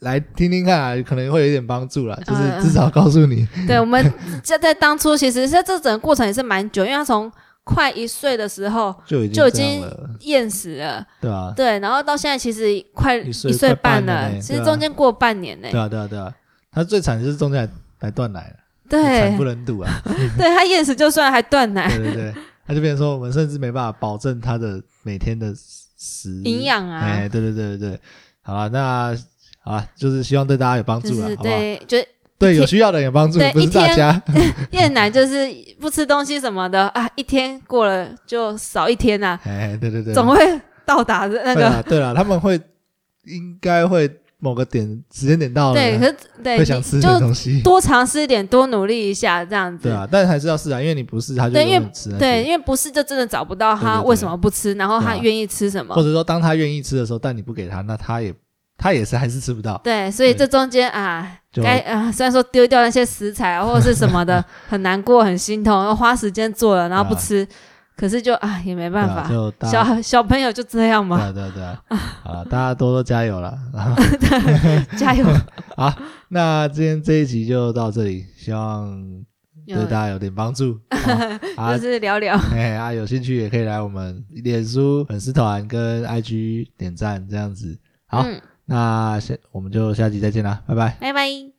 Speaker 1: 来听听看啊，可能会有一点帮助啦，就是
Speaker 2: 嗯
Speaker 1: 至少告诉你，
Speaker 2: 对，我们在在当初其实在这整个过程也是蛮久，因为他从快一岁的时候
Speaker 1: 就已经
Speaker 2: 就已
Speaker 1: 这样
Speaker 2: 经
Speaker 1: 了，
Speaker 2: 厌食了，
Speaker 1: 对啊，
Speaker 2: 对，然后到现在其实快
Speaker 1: 一
Speaker 2: 一
Speaker 1: 岁
Speaker 2: 岁
Speaker 1: 快半
Speaker 2: 半
Speaker 1: 了
Speaker 2: 了，
Speaker 1: 呢
Speaker 2: 其
Speaker 1: 对
Speaker 2: 实
Speaker 1: 啊
Speaker 2: 中间过半年呢、
Speaker 1: 对啊，对啊，对啊，他最惨就是中间还还断奶了，惨不
Speaker 2: 对，
Speaker 1: 忍 睹啊，
Speaker 2: 对他厌食就算还断奶，
Speaker 1: 对对对，他就变成说我们甚至没办法保证他的每天的食
Speaker 2: 营养啊
Speaker 1: 哎，对对对对对，好了，那好了，就是希望对大家有帮
Speaker 2: 就
Speaker 1: 助了，
Speaker 2: 是
Speaker 1: 好不好？
Speaker 2: 对，就是
Speaker 1: 对，
Speaker 2: 一
Speaker 1: 有
Speaker 2: 天
Speaker 1: 需要的人有帮助
Speaker 2: 对，
Speaker 1: 不是
Speaker 2: 一天
Speaker 1: 大家。
Speaker 2: 厌奶就是不吃东西什么的啊，一天过了就少一天呐、
Speaker 1: 哎，对对对，
Speaker 2: 总会到达的那
Speaker 1: 会啊
Speaker 2: 个。
Speaker 1: 啦对了，他们会应该会某个点时间点到了，
Speaker 2: 对，可是对，
Speaker 1: 会想吃
Speaker 2: 你
Speaker 1: 点
Speaker 2: 就
Speaker 1: 东西。
Speaker 2: 多尝试一点，多努力一下，这样子。
Speaker 1: 对啊，但还是要试啊，因为你不试，他就
Speaker 2: 对因为
Speaker 1: 永远吃那些
Speaker 2: 对，因为不是就真的找不到
Speaker 1: 啊对
Speaker 2: 他
Speaker 1: 对对
Speaker 2: 为什么不吃，然后他
Speaker 1: 对啊
Speaker 2: 愿意吃什么
Speaker 1: 或。者说当他愿意吃的时候，但你不给他，那他也他也是还是吃不到。
Speaker 2: 对，所以这中间啊，
Speaker 1: 就
Speaker 2: 该啊，虽然说丢掉那些食材啊或者是什 么的，很难过，很心痛，要花时间做了，然后不
Speaker 1: 对啊
Speaker 2: 吃，可是就啊也没
Speaker 1: 对
Speaker 2: 办
Speaker 1: 啊，
Speaker 2: 法，
Speaker 1: 就大家
Speaker 2: 小小朋友就这样
Speaker 1: 对
Speaker 2: 嘛，
Speaker 1: 啊对啊对啊，好啦，大家多多加油啦。
Speaker 2: 加油！
Speaker 1: 那今天这一集就到这里，希望 对大家有点帮 助。好啊
Speaker 2: 就，是聊聊，
Speaker 1: 哎啊，有兴趣也可以来我们脸书粉丝团跟 IG 点赞这样子。好，
Speaker 2: 嗯，
Speaker 1: 那下我们就下集再见啦，拜拜。
Speaker 2: 拜拜。